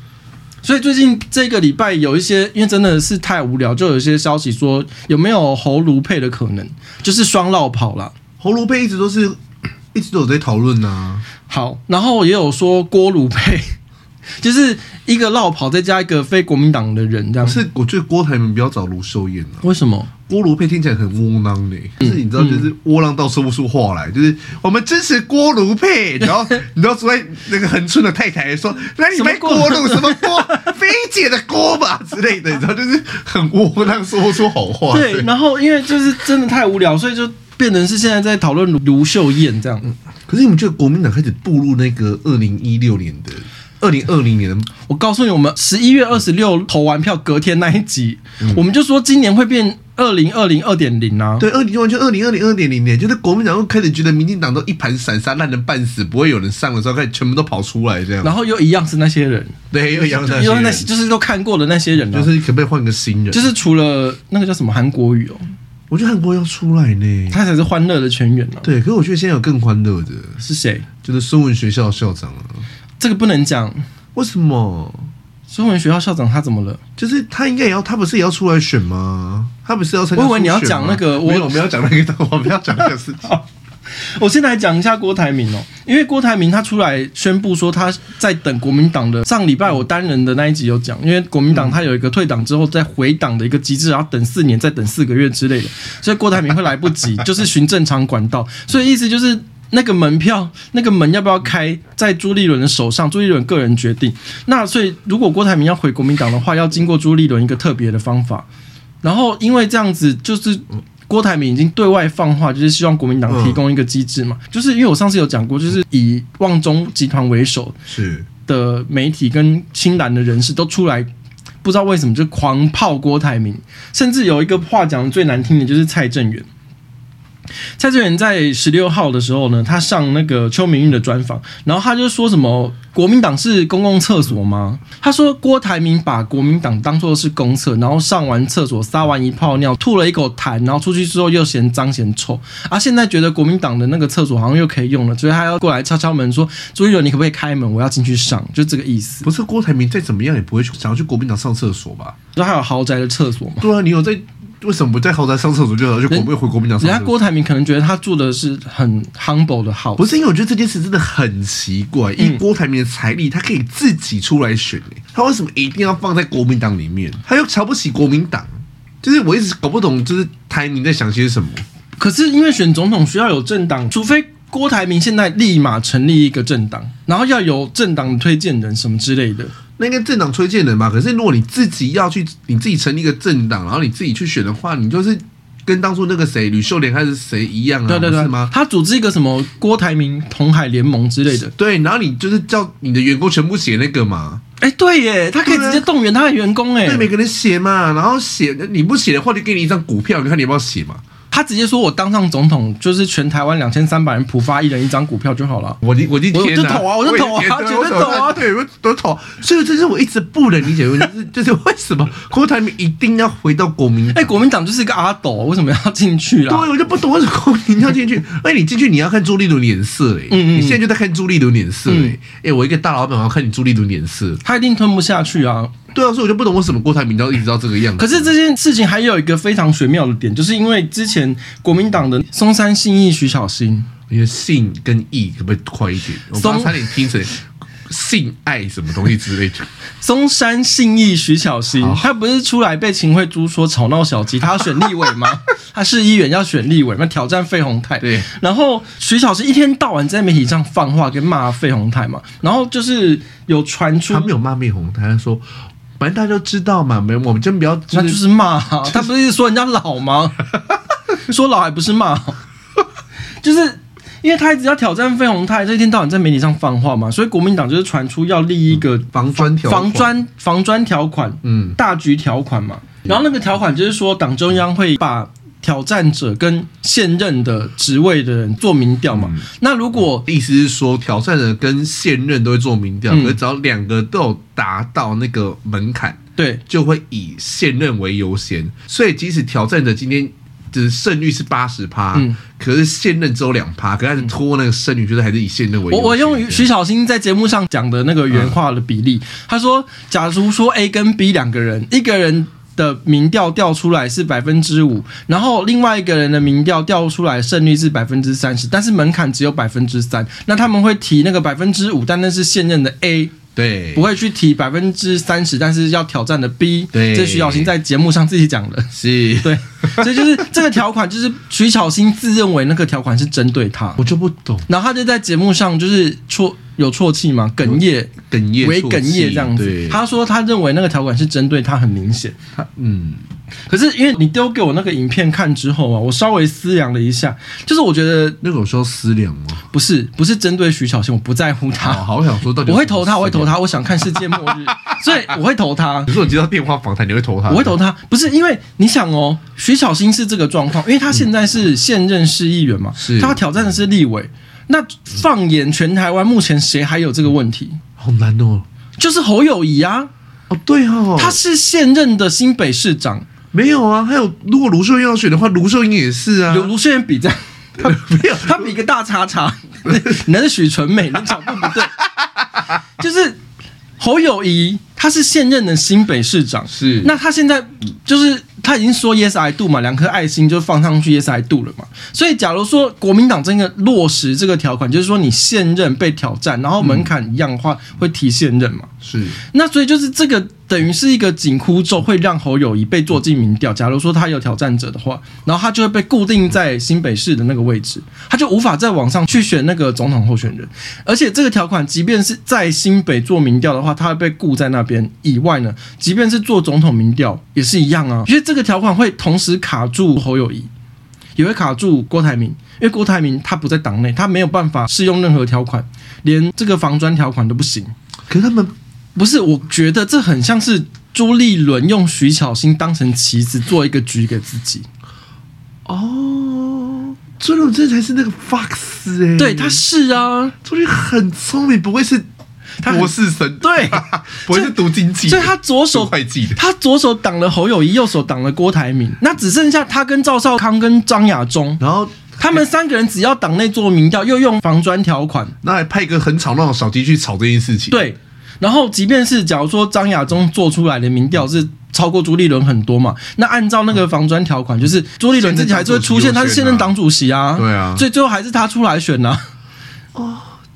所以最近这个礼拜有一些，因为真的是太无聊，就有一些消息说有没有侯卢配的可能，就是双绕跑啦。
红炉配一直都是一直都有在讨论啊呐。
好，然后也有说郭卢配， *laughs* 就是一个绕跑再加一个非国民党的人这样。
可是我觉得郭台铭不要找卢秀燕啊，
为什么？
郭卢配听起来很窝囊呢、
嗯
就是你知道，就是窝囊到说不出话来，就是我们支持郭卢配，然后 *laughs* 你知道，所以那个恒春的太太说，来你
什么
们
郭
郭
*laughs*
路什么郭，菲姐的郭吧之类的，你知道，就是很窝囊，说不出好话。
对，然后因为就是真的太无聊，所以就变成是现在在讨论卢卢秀燕这样。
可是你们觉得国民党开始步入那个二零一六年的、二零二零年的
我告诉你，我们十一月二十六投完票，隔天那一集，我们就说今年会变二零二零二点零啊。
嗯对，二零完全二零二零二点零年，就是国民党又开始觉得民进党都一盘散沙，烂的半死，不会有人上的时候，开始全部都跑出来这样。
然后又一样是那些人，
对，又杨
因为那
那
些
些
就是都看过的那些人、啊，
人，就是可不可以换个新人？
就是除了那个叫什么韩国语哦，
我觉得韩国要出来呢。
他才是欢乐的全员啊。
对，可是我觉得现在有更欢乐的，
是谁？
就是孙文学校的校长啊。
这个不能讲。
为什么？
中文学校校长他怎么了？
就是他应该也要，他不是也要出来选吗？他不是要参加
我
初选吗？
以为你要讲那个我
没有，我们要讲那个，我们要讲那个事
*laughs*
情。
我先来讲一下郭台铭哦，因为郭台铭他出来宣布说他在等国民党的。上礼拜我单人的那一集有讲，因为国民党他有一个退党之后再回党的一个机制，然后等四年再等四个月之类的，所以郭台铭会来不及，就是循正常管道。所以意思就是那个门票那个门要不要开，在朱立伦的手上，朱立伦个人决定。那所以如果郭台铭要回国民党的话，要经过朱立伦一个特别的方法。然后因为这样子，就是郭台铭已经对外放话，就是希望国民党提供一个机制嘛。就是因为我上次有讲过，就是以旺中集团为首
是，
的媒体跟青蓝的人士都出来。不知道为什么就狂炮郭台铭，甚至有一个话讲得最难听的就是蔡正元。蔡正元在十六号的时候呢，他上那个邱明玉的专访，然后他就说什么国民党是公共厕所吗？他说郭台铭把国民党当做是公厕，然后上完厕所撒完一泡尿，吐了一口痰，然后出去之后又嫌脏嫌臭，啊，现在觉得国民党的那个厕所好像又可以用了，所以他要过来敲敲门说朱一伦你可不可以开门，我要进去上，就这个意思。
不是郭台铭再怎么样也不会去想要去国民党上厕所吧？
就还有豪宅的厕所嘛。
对啊，你有在为什么不在豪宅上厕所就好？就国
人
不会回国民党上
人
厕
家
所？
郭台铭可能觉得他住的是很 humble 的 house，
不是因为我觉得这件事真的很奇怪，
嗯
以郭台铭的财力，他可以自己出来选、欸，他为什么一定要放在国民党里面？他又瞧不起国民党，就是我一直搞不懂，就是台铭在想些什么。
可是因为选总统需要有政党，除非郭台铭现在立马成立一个政党，然后要有政党的推荐人什么之类的。
那应该政党推荐人嘛，可是如果你自己要去，你自己成立一个政党，然后你自己去选的话，你就是跟当初那个谁吕秀莲还是谁一样啊，
对对
不
对
是吗，？
他组织一个什么郭台铭同海联盟之类的。
对，然后你就是叫你的员工全部写那个嘛，
哎，对耶，他可以直接动员他的员工哎
啊对，，每个人写嘛，然后写你不写的话，就给你一张股票，你看你要不要写嘛？
他直接说我当上总统，就是全台湾两千三百人普发一人一张股票就好了。
我就我就
我
天
就
哪
投啊我就
也
投啊
天哪
绝对
我
投啊
对，我都投。所以这是我一直不能理解的问题，就是就是为什么郭台铭一定要回到国民
哎，
党？
国民党就是一个阿斗，为什么要进去啊
对，啊
啦？
我就不懂为什么国民要进去。哎，你进去你要看朱立伦脸色哎，
嗯嗯
你现在就在看朱立伦脸色
嗯
哎，哎，我一个大老板我要看你朱立伦脸色。
他一定吞不下去啊！
对啊，所以我就不懂为什么郭台铭要一直到这个样子。
可是这件事情还有一个非常玄妙的点，就是因为之前国民党的松山信义徐小新，
你的性跟义可不可以快一点？我刚
松
刚差点听成性爱什么东西之类
*laughs*
的。
松山信义徐小新，他不是出来被秦惠珠说吵闹小鸡，他要选立委吗？他是议员要选立委，那挑战费鸿泰。
对，
然后徐小新一天到晚在媒体上放话跟骂费鸿泰嘛，然后就是有传出
他没有骂灭红，他说。反正大家都知道嘛，没我们真不要，
那就是骂、啊，他不是说人家老吗？说老还不是骂，啊就是因为他一直要挑战费鸿泰，这一天到晚在媒体上放话嘛，所以国民党就是传出要立一个
防专条款
防专防专条款，
嗯
大局条款嘛。然后那个条款就是说，党中央会把挑战者跟现任的职位的人做民调嘛。
嗯
那如果
意思是说，挑战者跟现任都会做民调，
嗯
可是只要两个都有达到那个门槛，
对
就会以现任为优先。所以即使挑战者今天的胜率是八十趴
嗯，
可是现任只有两趴，可是他是拖那个胜率，就是还是以现任为优
我
先。
我用徐小新在节目上讲的那个原话的比
嗯
例，他说，假如说 A 跟 B 两个人，一个人。的民调调出来是百分之五，然后另外一个人的民调调出来胜率是百分之三十，但是门槛只有百分之三，那他们会提那个百分之五，但那是现任的 A
对
不会去提百分之三十，但是要挑战的 B，
对
这徐小新在节目上自己讲的，
是
*laughs* 对，所以就是这个条款，就是徐小新自认为那个条款是针对他
我，就不懂
然后他就在节目上就是啜有啜泣嘛，哽咽，
哽咽
为
啜
哽咽
泣
这样子
对。
他说他认为那个条款是针对他，很明显。
他嗯，
可是因为你丢给我那个影片看之后啊，我稍微思量了一下，就是我觉得
那个有需要思量吗？
不是不是针对徐小新，我不在乎
啊，
他。
好想说到底
我
有
会
什么
投他，我会
思量
投。他，我想看世界末
*laughs*
日，所以我会投他
可。是我接到电话访谈，你会投他？
我会投他，不是因为你想哦，徐小新是这个状况，因为他现在是现任市议员嘛，
是
他要挑战的是立委。那放眼全台湾，目前谁还有这个问题？
好难哦。
就是侯友谊啊，
哦，对哦，
他是现任的新北市长，
没有啊。还有，如果卢秀燕要选的话，卢秀燕也是啊。
有卢秀燕比在，他
*laughs* 没有
他比个大叉叉， *laughs* 你那是许纯美，你脚步不对，就是侯友谊，他是现任的新北市长，
是
那他现在就是他已经说 yes I do 嘛，两颗爱心就放上去 yes I do 了嘛。所以假如说国民党真的落实这个条款，就是说你现任被挑战，然后门槛一样的话，会提现任嘛。
是
那所以就是这个等于是一个紧箍咒，会让侯友谊被做进民调。假如说他有挑战者的话，然后他就会被固定在新北市的那个位置，他就无法再往上去选那个总统候选人。而且这个条款，即便是在新北做民调的话，他会被固在那边以外呢，即便是做总统民调也是一样啊。因为这个条款会同时卡住侯友谊，也会卡住郭台铭，因为郭台铭他不在党内，他没有办法适用任何条款，连这个防专条款都不行。
可是他们
不是，我觉得这很像是朱立伦用徐巧芯当成棋子做一个局给自己。
哦，朱立伦这才是那个 Fox 哎、
对，他是啊，
朱立伦很聪明，不会是
他很
博士生，
对
*laughs* 不会是读经济的，
所以他左手
读会计的，
他左手挡了侯友谊，右手挡了郭台铭，那只剩下他跟赵少康跟张亚中，
然后
他们三个人只要党内做民调，又用防专条款，
那还派一个很吵闹的小鸡去吵这件事情，，
对。然后，即便是假如说张亚中做出来的民调是超过朱立伦很多嘛，那按照那个防专条款，就是朱立伦自己还是会出现，他是现任党主席啊，
对啊
所以最后还是他出来选呐、啊。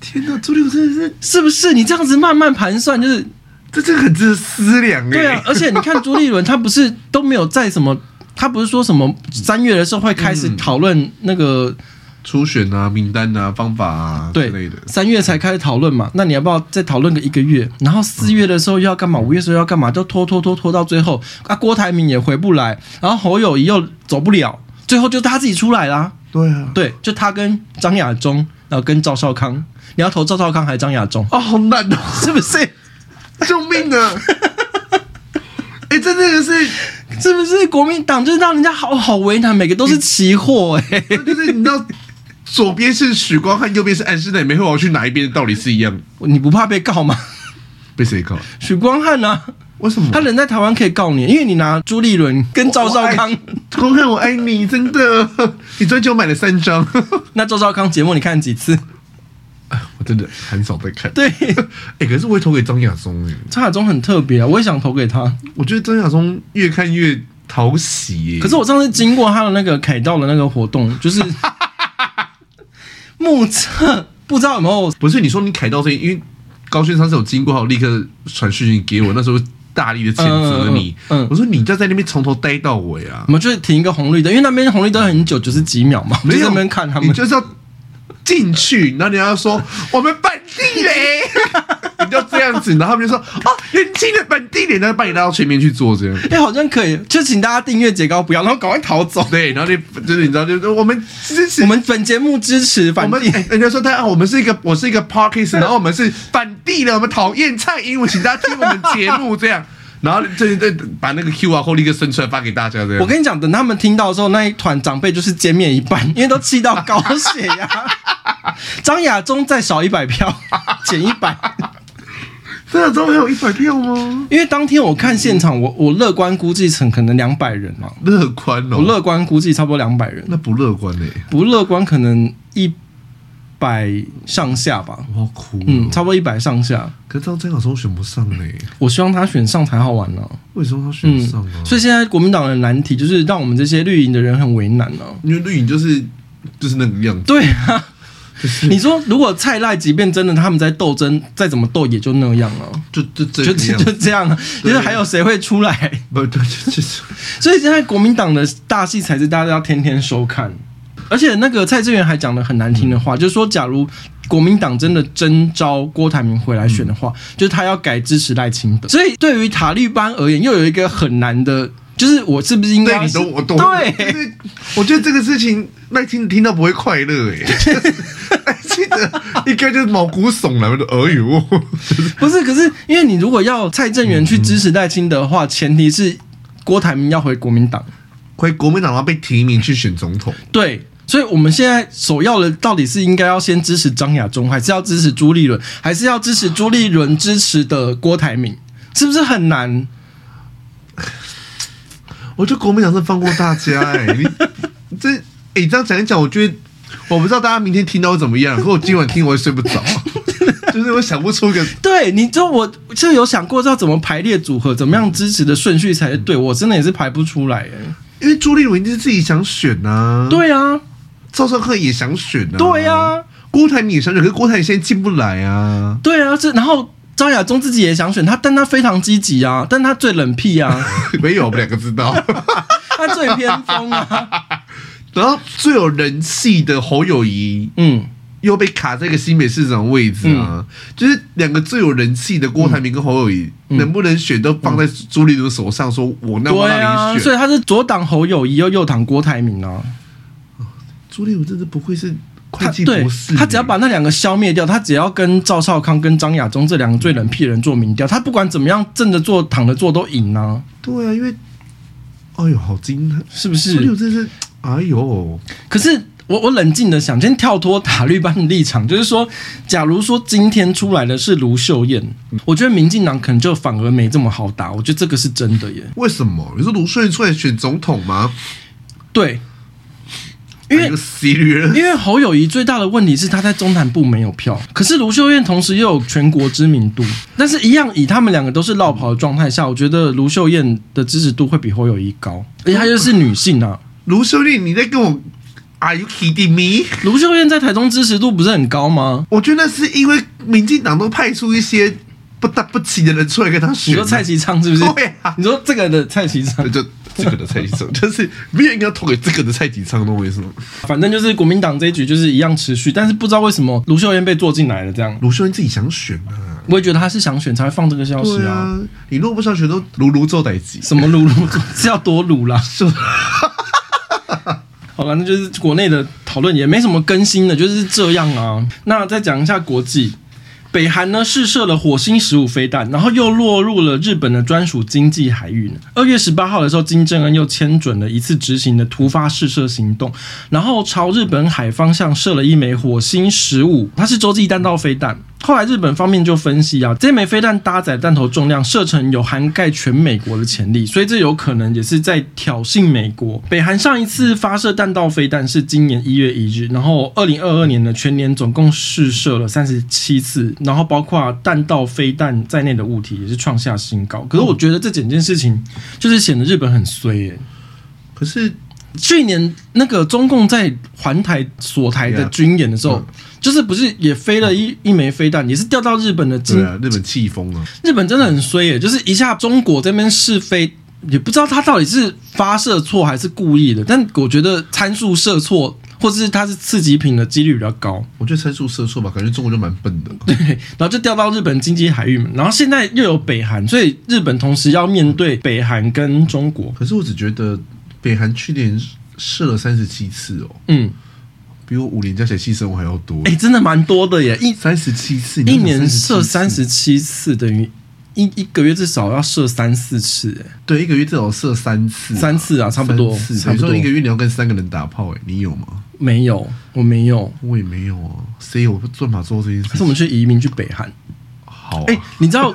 天哪，朱立伦真的是
是不是？你这样子慢慢盘算，就是
这这个很值得思量哎、
对啊。而且你看朱立伦，他不是都没有在什么，他不是说什么三月的时候会开
嗯
始讨论那个、
初选啊，名单啊，方法啊之类
对
的，，
三月才开始讨论嘛。那你要不要再讨论个一个月？然后四月的时候又要干嘛？五月的时候要干嘛？都拖拖拖拖到最后啊，郭台铭也回不来，然后侯友谊又走不了，最后就他自己出来啦。
对啊，
对，就他跟张亚中，然后跟赵少康，你要投赵少康还是张亚中？ *laughs*
哦，好难哦，
是不是？
救命 *laughs* 啊！哎、这真的是。
*laughs* 是不是国民党就是让人家好好为难，每个都是奇货哎、欸 *laughs*
就是你知道，左边是许光汉，右边是安室奈美惠，我要去哪一边的道理是一样。
你不怕被告吗？ *laughs*
被谁告？
许光汉啊，
为什么？
他人在台湾可以告你，因为你拿朱立伦跟赵少康
我，爱，光汉我爱你，真的。你专辑我买了三张，
*laughs* 那赵少康节目你看几次？
*laughs*
*laughs*
我真的很少在看。
对，
哎、可是我会投给张亚中哎、
张亚中很特别啊，我也想投给他。
我觉得张亚中越看越讨喜、欸。
可是我上次经过他的那个凯道的那个活动，
*laughs*
就是目测不知道有没有
不是你说你凯到这，因为高轩上次有经过，还有立刻传讯息给我，那时候大力的谴责你。
嗯嗯嗯嗯
我说你就在那边从头待到尾啊
我。们就是停一个红绿灯，因为那边红绿灯很久，九十几秒嘛，我
没
们就在
有
那边看他
你
们。
就是要进去，然后你要说我们本地嘞， *laughs* 你就这样子，然后他们就说哦，年轻的本地人，然后把你拉到前面去做这样。
哎、好像可以，就请大家订阅节高不要，然后赶快逃走。
对，然后你就是你知道，就是我们支持
*laughs* 我们本节目支持
我
反
们
帝，
哎人家说他，我们是一个我是一个 parkist，然后我们是本地人，我们讨厌蔡英文，请大家听我们节目这样。 *laughs* 然后这这把那个 QR code 立刻伸出来发给大家，这样。
我跟你讲，等他们听到的时候，那一团长辈就是歼灭一半，因为都气到高血
*laughs*
压。张亚中再少一百票，减一百。
这两周还有一百票吗？
因为当天我看现场，我我乐观估计成可能两百人嘛，
乐观哦，
我乐观估计差不多两百人，
那不乐观嘞、欸
不乐观可能一百上下吧。
我好哭、哦。
嗯，差不多一百上下。
可是到张晓松选不上嘞、
我希望他选上才好玩呢、
为什么他选
嗯
不上啊？，
所以现在国民党的难题就是让我们这些绿营的人很为难呢、啊。
因为绿营就是就是那个样子，
对啊，你说如果蔡赖，即便真的他们在斗争，再怎么斗也就那样了、
就就这
就
个样
就
子，
这样啊，就
对
是还有谁会出来？ *laughs*
不对，就就就
所以现在国民党的大戏才是大家要天天收看，而且那个蔡志远还讲了很难听的
嗯
话，就是说假如。国民党真的征召郭台铭回来选的话，
嗯
就是他要改支持赖清德。所以对于塔利班而言，又有一个很难的，就是我是不是应该
对
要
你
是？
懂我懂。
对，
就是我觉得这个事情赖清德听到不会快乐哎、赖清德应该就是毛骨悚然的，哎呦，就是
不是，可是因为你如果要蔡正元去支持赖清德的话，前提是郭台铭要回国民党。
回国民党要被提名去选总统，
对，所以我们现在首要的到底是应该要先支持张亚中，还是要支持朱立伦，还是要支持朱立伦支持的郭台铭？是不是很难？
我觉得国民党是放过大家哎、你这哎、你这样讲一讲，我觉得我不知道大家明天听到会怎么样，可我今晚听我会睡不着，就是我想不出一个
对，你知道我就有想过要怎么排列组合，怎么样支持的顺序才是对，我真的也是排不出来哎。
因为朱立伦一定是自己想选呐、啊，，
对啊，
赵少康也想选呐、啊，
对啊，
郭台铭也想选，可是郭台铭现在进不来啊， *laughs*
对啊，这然后张亚中自己也想选他，但他非常积极啊，但他最冷僻啊，
没有，我们两个知
*laughs*
道。
他最偏锋啊，
然后最有人气的侯友谊
嗯。
又被卡在一个新北市长位置啊，就是两个最有人气的郭台铭跟侯友谊，
嗯
能不能选都放在朱立伦手上，说我那我
对
让
啊，
你
所
选。
以他是左党侯友谊，又右党郭台铭啊。
朱立伦真的不愧是会
他
计
对
博士，欸
他只要把那两个消灭掉，他只要跟赵少康、跟张亚中这两个最冷僻的人做民调，他不管怎么样正着做、躺着做都赢啊，
对啊，因为哎呦好惊叹，
是不
朱立伦
是？
真是哎呦，
可是我我冷静的想，先跳脱塔利班的立场，就是说，假如说今天出来的是卢秀燕，
嗯
我觉得民进党可能就反而没这么好打，我觉得这个是真的耶。
为什么？你说卢顺出来选总统吗？
对，因为
那个 C 女人
因为侯友谊最大的问题是他在中南部没有票，可是卢秀燕同时又有全国知名度，但是一样以他们两个都是落跑的状态下，我觉得卢秀燕的支持度会比侯友谊高，而且她又是女性啊。
卢秀丽，你在跟我？Are you kidding me？
卢秀燕在台中支持度不是很高吗？
我觉得那是因为民进党都派出一些不搭不起的人出来跟他选。
你说蔡其昌是不是？
*laughs* 对啊
你说这个的蔡其昌，
就这个的蔡其昌， *laughs* 就是没有应该投给这个的蔡其昌，懂我意思吗？
反正就是国民党这一局就是一样持续，但是不知道为什么卢秀燕被做进来了这样。
卢秀燕自己想选啊，
我也觉得她是想选才会放这个消息
对
啊。
啊，你如果不想选，都卢卢做代级。
什么鲁鲁是要多鲁啦？
就
好了，那就是国内的讨论也没什么更新的，就是这样啊。那再讲一下国际，北韩呢试射了火星十五飞弹，然后又落入了日本的专属经济海域呢。二月十八号的时候，金正恩又签准了一次执行的突发试射行动，然后朝日本海方向射了一枚火星十五，它是洲际弹道飞弹。后来日本方面就分析啊，这枚飞弹搭载弹头重量射程有涵盖全美国的潜力，所以这有可能也是在挑衅美国。北韩上一次发射弹道飞弹是今年一月一日，然后二零二二年的全年总共试射了三十七次，然后包括弹道飞弹在内的物体也是创下新高。可是我觉得这整件事情就是显得日本很衰耶、
可是
去年那个中共在环台锁台的
Yeah 嗯
军演的时候就是不是也飞了一一枚飞弹，也是掉到日本的金
对啊，日本气疯啊，
日本真的很衰耶，就是一下中国这边试飞，也不知道他到底是发射错还是故意的，但我觉得参数射错。或者是它是次级品的几率比较高， *laughs*
我觉得参数射错吧，感觉中国就蛮笨的。
对，然后就掉到日本经济海域嘛，然后现在又有北韩，所以日本同时要面对北韩跟中国，
可是我只觉得北韩去年射了三十七次哦，
嗯，
比我五年加起来牺牲我还要多
哎哎、。真的蛮多的耶，一
三十七次，
一年射
三
三十七次，等于一一个月至少要射三四次、哎
对，一个月至少射三次啊，
三次啊差不多
三次
差不多
有时候一个月你要跟三个人打炮、欸，你有吗？
没有，我没有。
我也没有啊，谁有做法做这件事
是我
情？
们去移民去北韩。
好、啊，
哎、你知道，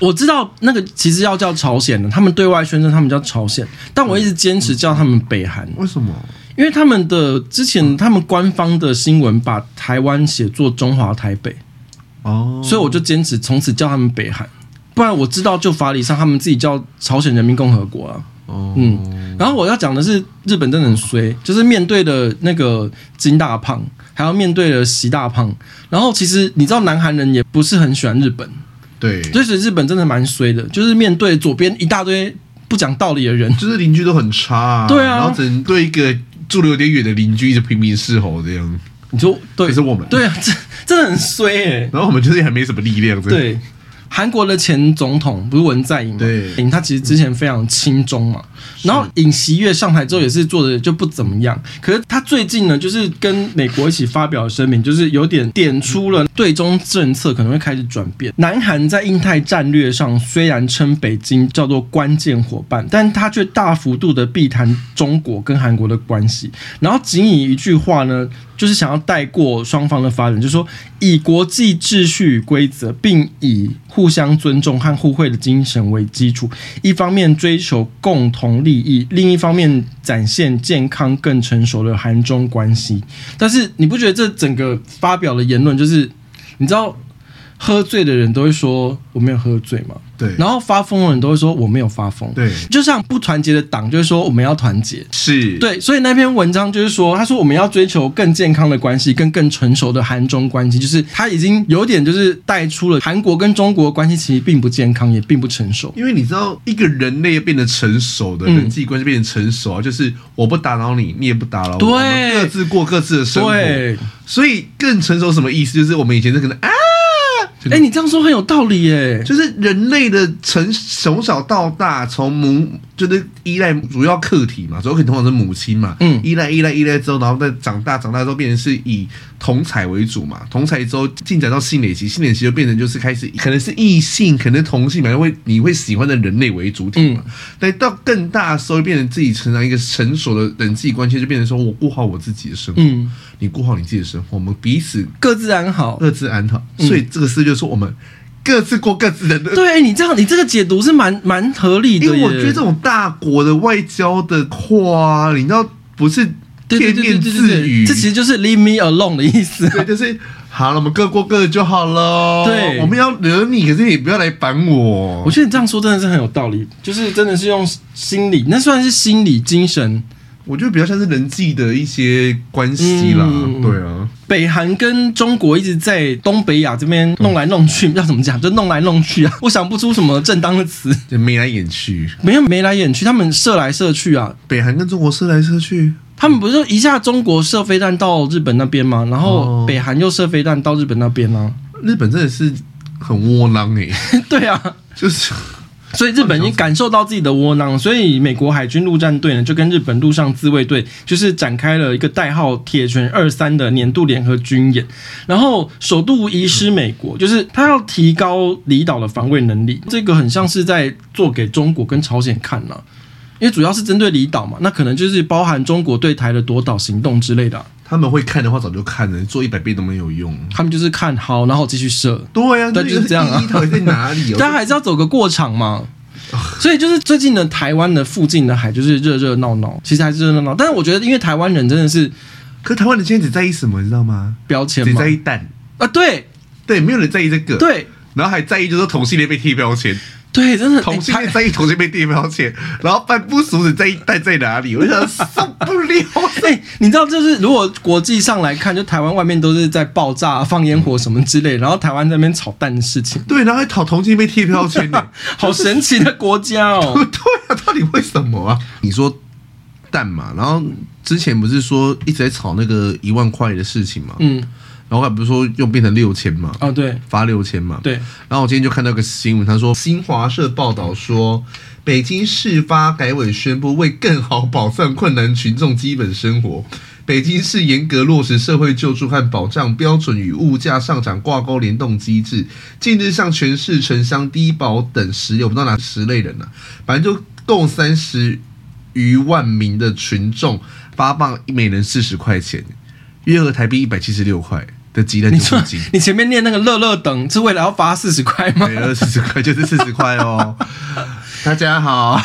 我知道那个其实要叫朝鲜的，他们对外宣称他们叫朝鲜，但我一直坚持叫他们北韩，
为什么？
因为他们的之前他们官方的新闻把台湾写作中华台北，
哦，
所以我就坚持从此叫他们北韩，不然我知道就法理上他们自己叫朝鲜人民共和国啊。
哦，
嗯，然后我要讲的是，日本真的很衰，就是面对的那个金大胖，还要面对的习大胖。然后其实你知道，南韩人也不是很喜欢日本，
对，
所以其实日本真的蛮衰的，就是面对左边一大堆不讲道理的人，
就是邻居都很差、啊，
对啊
然后只能对一个住的有点远的邻居一直拼命嘶吼这样，
你就对，
可是我们
对啊，这真的很衰哎、
然后我们就是还没什么力量，真的，
对，韩国的前总统不是文在寅吗？
对
嗯他其实之前非常亲中嘛，然后尹锡悦上台之后也是做的就不怎么样，可是他最近呢，就是跟美国一起发表声明，就是有点点出了对中政策可能会开始转变。南韩在印太战略上虽然称北京叫做关键伙伴，但他却大幅度的避谈中国跟韩国的关系，然后仅以一句话呢，就是想要带过双方的发展，就是说以国际秩序与规则，并以互相尊重和互惠的精神为基础，一方面追求共同利益，另一方面展现健康更成熟的韩中关系。但是你不觉得这整个发表的言论，就是你知道喝醉的人都会说我没有喝醉吗？
对
然后发疯的人都会说我没有发疯。
对
就像不团结的党就会说我们要团结，
是，，
对，所以那篇文章就是说，他说我们要追求更健康的关系，跟更成熟的韩中关系，就是他已经有点就是带出了韩国跟中国的关系其实并不健康，也并不成熟。
因为你知道一个人类变得成熟的
嗯
人际关系变得成熟啊，就是我不打扰你，你也不打扰我，
对
我们各自过各自的生活，
对，
所以更成熟什么意思？就是我们以前是可能啊。
哎、你这样说很有道理耶。
就是人类的成从小到大，从母就是依赖主要客体嘛，主要客体通常是母亲嘛，
嗯
依赖依赖依赖之后，然后再长大，长大之后变成是以同才为主嘛，同才之后进展到性恋期，性恋期就变成就是开始可能是异性，可能同性嘛，会你会喜欢的人类为主体嘛，
嗯
但到更大的时候，变成自己成长一个成熟的人际关系，就变成说我顾好我自己的生活，
嗯，
你顾好你自己的生活，我们彼此
各自安好。
各自安好，
嗯
所以这个事就是我们各自过各自的日
对，你这样，你这个解读是蛮蛮合理的
因
耶。
为我觉得这种大国的外交的话，你知道不是
对对
片
对对
面
对对
自语，
对，这其实就是 leave me alone 的意思、
对，就是好了，我们各过各的就好了。
对
我们要惹你，可是你不要来烦我。
我觉得你这样说真的是很有道理，就是真的是用心理，那算是心理精神
我觉得比较像是人际的一些关系啦，
嗯
对啊，
北韩跟中国一直在东北亚这边弄来弄去，啊要怎么讲？就弄来弄去啊！我想不出什么正当的词，
就眉来眼去，
没有眉来眼去，他们射来射去啊！
北韩跟中国射来射去，
他们不是说一下中国射飞弹到日本那边吗？然后
哦
北韩又射飞弹到日本那边呢、
日本真的是很窝囊诶、
*laughs* 对啊，
就是
所以日本已经感受到自己的窝囊，所以美国海军陆战队呢就跟日本陆上自卫队就是展开了一个代号“铁拳二三”的年度联合军演，然后首度移师美国，就是他要提高离岛的防卫能力，这个很像是在做给中国跟朝鲜看了、因为主要是针对离岛嘛，那可能就是包含中国对台的夺岛行动之类的啊、
他们会看的话早就看了，做一百遍都没有用。
他们就是看好，然后继续射，
对啊，
但就是这样啊
意义到底在哪里、哦？
但还是要走个过场嘛。所以就是最近的台湾的附近的海就是热热闹闹，其实还是热热闹。但是我觉得，因为台湾人真的是
可台湾人现在只在意什么，你知道吗？
标签
只
嘛
在，意蛋，
啊，对
对，哎没有人在意这个。
对
然后还在意就是同性恋被贴标签，
对，真的
同性
哎
恋
台
在意同性恋被贴标签，然后半不熟的在意蛋在哪 *laughs* 里，我就想受不了。
*laughs* 哎、你知道，就是如果国际上来看，就台湾外面都是在爆炸、放烟火什么之类，然后台湾在那边炒蛋的事情， *laughs*
对，然后还讨同性恋被贴标签 *laughs* 呢，
好神奇的国家
不 *laughs*
哦。
对啊，到底为什么啊？你说蛋嘛，然后之前不是说一直在炒那个一万块的事情嘛，
嗯，
然后还不是说又变成六千嘛，
哦对
罚六千嘛，
对，
然后我今天就看到一个新闻，他说新华社报道说，北京市发改委宣布为更好保障困难群众基本生活，北京市严格落实社会救助和保障标准与物价上涨挂钩联动机制，近日向全市城乡低保等十有不知道哪十类人呢、啊反正就共三十余万名的群众发放每人四十块钱，约合台币一百七十六块的急难
你
救
说
助金。
*laughs* 你前面念那个乐乐等是为了要发四十块吗
每？人四十块就是四十块 *laughs* 哦。大家好，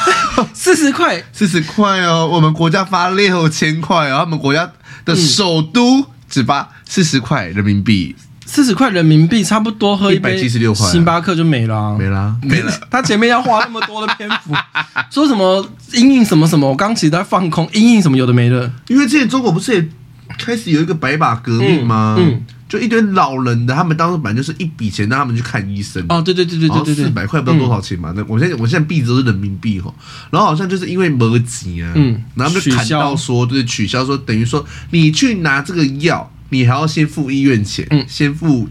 四十块
四十块哦，我们国家发六千块哦，他们国家的首都只发四十块人民币，
四十块人民币差不多喝一杯
176块啊
星巴克就没了啊、
没啦，没了。
*laughs* 他前面要花那么多的篇幅， *laughs* 说什么阴影什么什么，我刚其实在放空阴影什么有的没的，
因为之前中国不是也开始有一个白发革命吗？
嗯嗯
就一堆老人的，他们当时本来就是一笔钱让他们去看医生。
哦，对对对对对对对，嗯
四百块不知道多少钱嘛？那我现在我现在币值都是人民币吼，然后好像就是因为没钱啊，
嗯
然后他们就砍到说，就是取消说，等于说你去拿这个药，你还要先付医院钱，
嗯
先付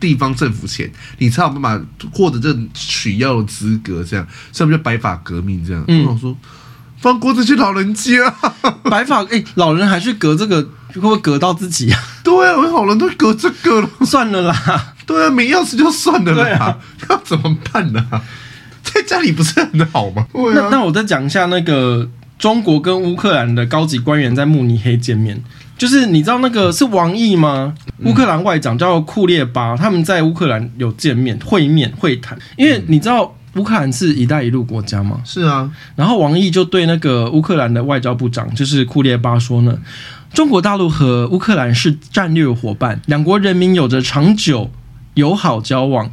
地方政府钱，你才有办法获得这取药的资格，这样，所以他们就白发革命这样。
嗯
我想说，放过这些老人家， *laughs*
白发哎、老人还去隔这个，会不会隔到自己啊？ *laughs*
对啊，我老人都隔这个了，
算了啦，
对啊，没钥匙就算了
对
啦， *laughs*
啊
要怎么办呢、在家里不是很好吗？对
那
啊。
那我再讲一下那个中国跟乌克兰的高级官员在慕尼黑见面，就是你知道那个是王毅吗？
嗯
乌克兰外长叫库列巴，他们在乌克兰有见面、会面、会谈，因为你知道乌克兰是“一带一路”国家吗？
是啊，
然后王毅就对那个乌克兰的外交部长，就是库列巴说呢，中国大陆和乌克兰是战略伙伴，两国人民有着长久友好交往。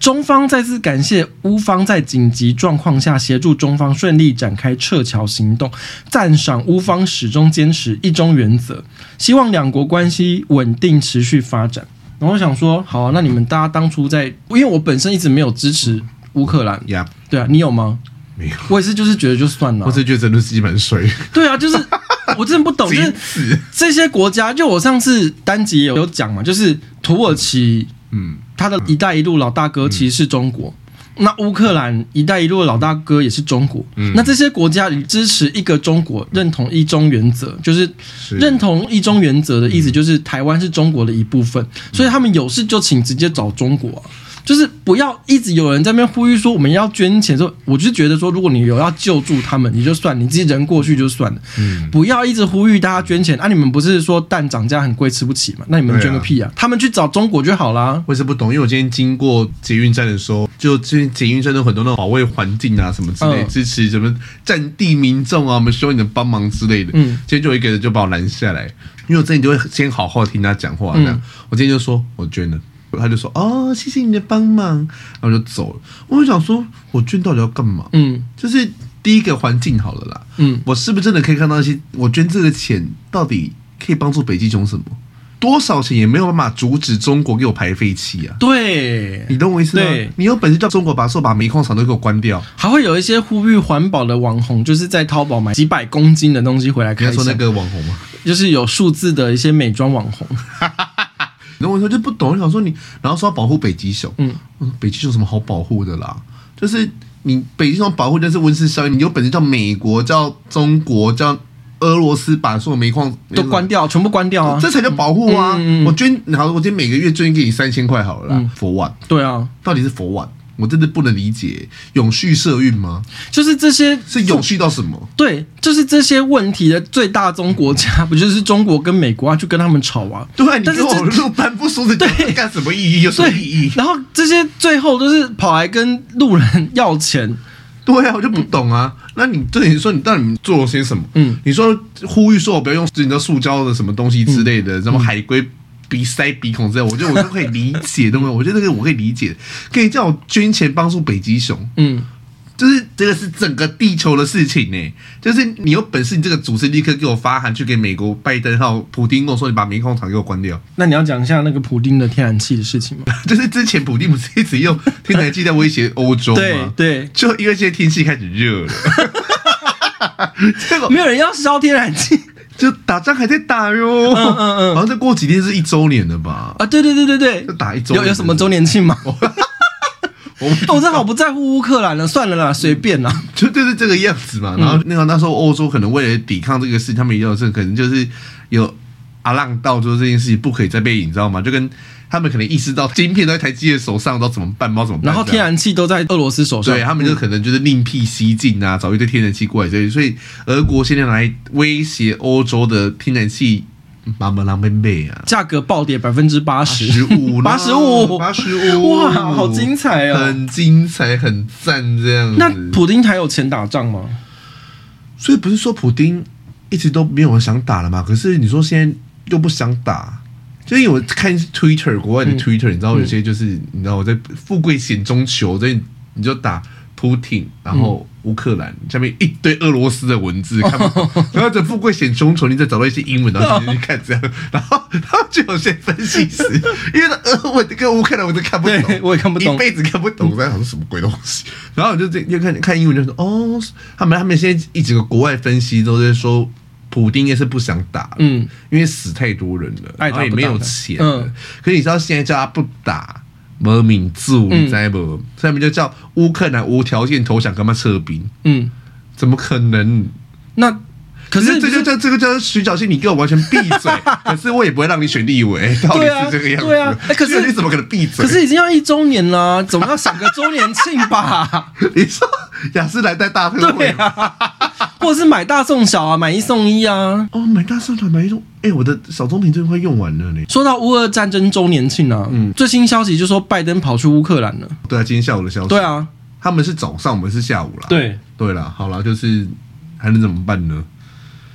中方再次感谢乌方在紧急状况下协助中方顺利展开撤侨行动，赞赏乌方始终坚持一中原则，希望两国关系稳定持续发展。然后我想说，好啊、那你们大家当初在，因为我本身一直没有支持乌克兰，
呀、
对啊，你有吗？
没有，
我也是，就是觉得就算了啊
我。只觉得整路司机蛮水，
对啊，就是
*laughs*
我真的不懂，就
仅
是
此。
这些国家，就我上次单集也有讲嘛，就是土耳其，
嗯，
它的一带一路老大哥其实是中国。那乌克兰“一带一路”的老大哥也是中国，那这些国家里支持一个中国，认同一中原则，就是
是
认同一中原则的意思，就是台湾是中国的一部分，所以他们有事就请直接找中国啊、就是不要一直有人在那边呼吁说我们要捐钱，说我就觉得说，如果你有要救助他们，你就算你自己人过去就算了，不要一直呼吁大家捐钱啊！你们不是说蛋涨价很贵吃不起嘛？那你们
对啊
捐个屁啊！他们去找中国就好啦。
我也是不懂，因为我今天经过捷运站的时候，就最近捷运站都有很多那种保卫环境啊什么之类，
嗯
支持什么战地民众啊，我们需要你的帮忙之类的。
嗯
今天就有一个人就把我拦下来，因为我之前就会先好好听他讲话，这样。我今天就说我捐了。他就说：“哦，谢谢你的帮忙。”然后就走了。我就想说，我捐到底要干嘛？
嗯
就是第一个环境好了啦，
嗯，
我是不是真的可以看到一些我捐这个钱到底可以帮助北极熊什么？多少钱也没有办法阻止中国给我排废气啊！
对，
你懂我意思吗
对？
你有本事叫中国把说把煤矿厂都给我关掉。
还会有一些呼吁环保的网红，就是在淘宝买几百公斤的东西回来
你
开
要
箱
说那个网红吗？
就是有数字的一些美妆网红，
然后我说就不懂，我想说你，然后说要保护北极熊，
嗯
我说北极熊有什么好保护的啦？就是你北极熊保护就是温室效应，你有本事叫美国、叫中国、叫俄罗斯把所有煤矿
都关掉，全部关掉啊！
这才叫保护啊！
嗯嗯嗯嗯
我捐，好，我今天每个月捐给你三千块好了啦。for what？
对啊，
到底是 for what？我真的不能理解，永续社运吗？
就是这些
是永续到什么？
对，就是这些问题的最大宗国家， *laughs* 不就是中国跟美国啊？去跟他们吵啊？
对，你
但是
跟我
这
路班不说的，
*laughs* 对
干什么意义？有什么
对
意义？
然后这些最后都是跑来跟路人要钱，
对啊，我就不懂啊。那你对你说，你到底做了些什么？
嗯，
你说呼吁说我不要用你的塑胶的什么东西之类
嗯
的，什么海龟鼻塞鼻孔之类的，我觉得我都可以理
*laughs*
解，懂吗？我觉得这个我可以理解，可以叫我捐钱帮助北极熊，
嗯，
就是这个是整个地球的事情呢、就是你有本事，你这个组织立刻给我发函去给美国拜登还有普丁跟我说，你把煤矿厂给我关掉。 *laughs*
那你要讲一下那个普丁的天然气的事情吗？
就是之前普丁不是一直用天然气在威胁欧洲吗？
对对，
就因为现在天气开始热了， *laughs* 结果
没有人要烧天然气
就打仗还在打哟。
嗯嗯嗯
好像再过几天是一周年了吧？
啊！对对对对对
就，打一周年 *laughs*
有有什么周年庆吗？哦我真的好不在乎乌克兰了，算了啦，随便啦。
就就是这个样子嘛。然后那个那时候欧洲可能为了抵抗这个事，他们也有这可能就是有阿浪道说这件事情不可以再被引，你知道吗？就跟他们可能意识到晶片都在台积电手上，都怎么办，不知道怎么办。
然后
这
天
样
然气都在俄罗斯手上，
对他们就可能就是另辟蹊径啊，找一堆天然气过来，所以所以俄国现在来威胁欧洲的天然气，妈妈狼狈狈啊。
价格暴跌百分之八
十
十，
五，
*laughs* 八十五，
八十五，
哇，好精彩哦！
很精彩，很赞这样子。
那普丁还有钱打仗吗？
所以不是说普丁一直都没有人想打了嘛？可是你说现在又不想打，就是因为我看 Twitter 国
嗯
外的 Twitter，、你知道有些就是、你知道我在富贵险中求，所以你就打 Putin，然后乌克兰、下面一堆俄罗斯的文
*laughs*
字，看不懂。然后在富贵险中求，你再找到一些英文，然后直接去看这样， *laughs* 然后然后就有些分析师，因为俄文跟乌克兰我都看不懂
对，我也看不懂
一辈子看不懂，我在想说什么鬼东西。 *laughs* 然后我就这又看看英文，就说哦，他们他们现在一整个国外分析都在说，普丁应该是不想打了，
嗯，
因为死太多人了，
爱
然
打
后也
不
没
打
有
的
钱
嗯
了。可是你知道现在叫他不打。没民主，
嗯
你知道不？所以他们就叫乌克兰无条件投降，干嘛撤兵？
嗯，
怎么可能？
那可
可
是
是这就叫这个叫徐小庆，你给我完全闭嘴。可是我也不会让你选立委，到底
对啊
是这个样子。
对啊哎可是
所 *laughs* 以你怎么可能闭嘴？
可是已经要一周年啦，总要想个周年庆
*laughs*
吧？
你说雅诗兰黛大特
对
惠吗，
啊，或者是买大送小啊，买一送一啊。
哦，买大蒜团买一种，哎、我的小棕瓶真的快用完了呢。
说到乌俄战争周年庆啊，
嗯
最新消息就说拜登跑去乌克兰了。
对啊，今天下午的消息。
对，啊，
他们是早上，我们是下午啦。
对
对啦，好啦，就是还能怎么办呢？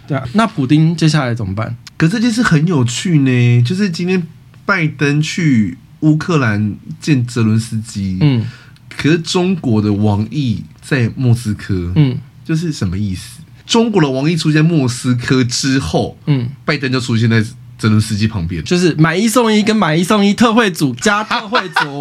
对啊，那普丁接下来怎么办？
可这件事很有趣呢，就是今天拜登去乌克兰见泽伦斯基，，
嗯
可是中国的王毅在莫斯科，
嗯
就是什么意思？中国的王毅出现在莫斯科之后，
嗯，
拜登就出现在泽伦斯基旁边。
就是买一送一跟买一送一特惠组加特惠组，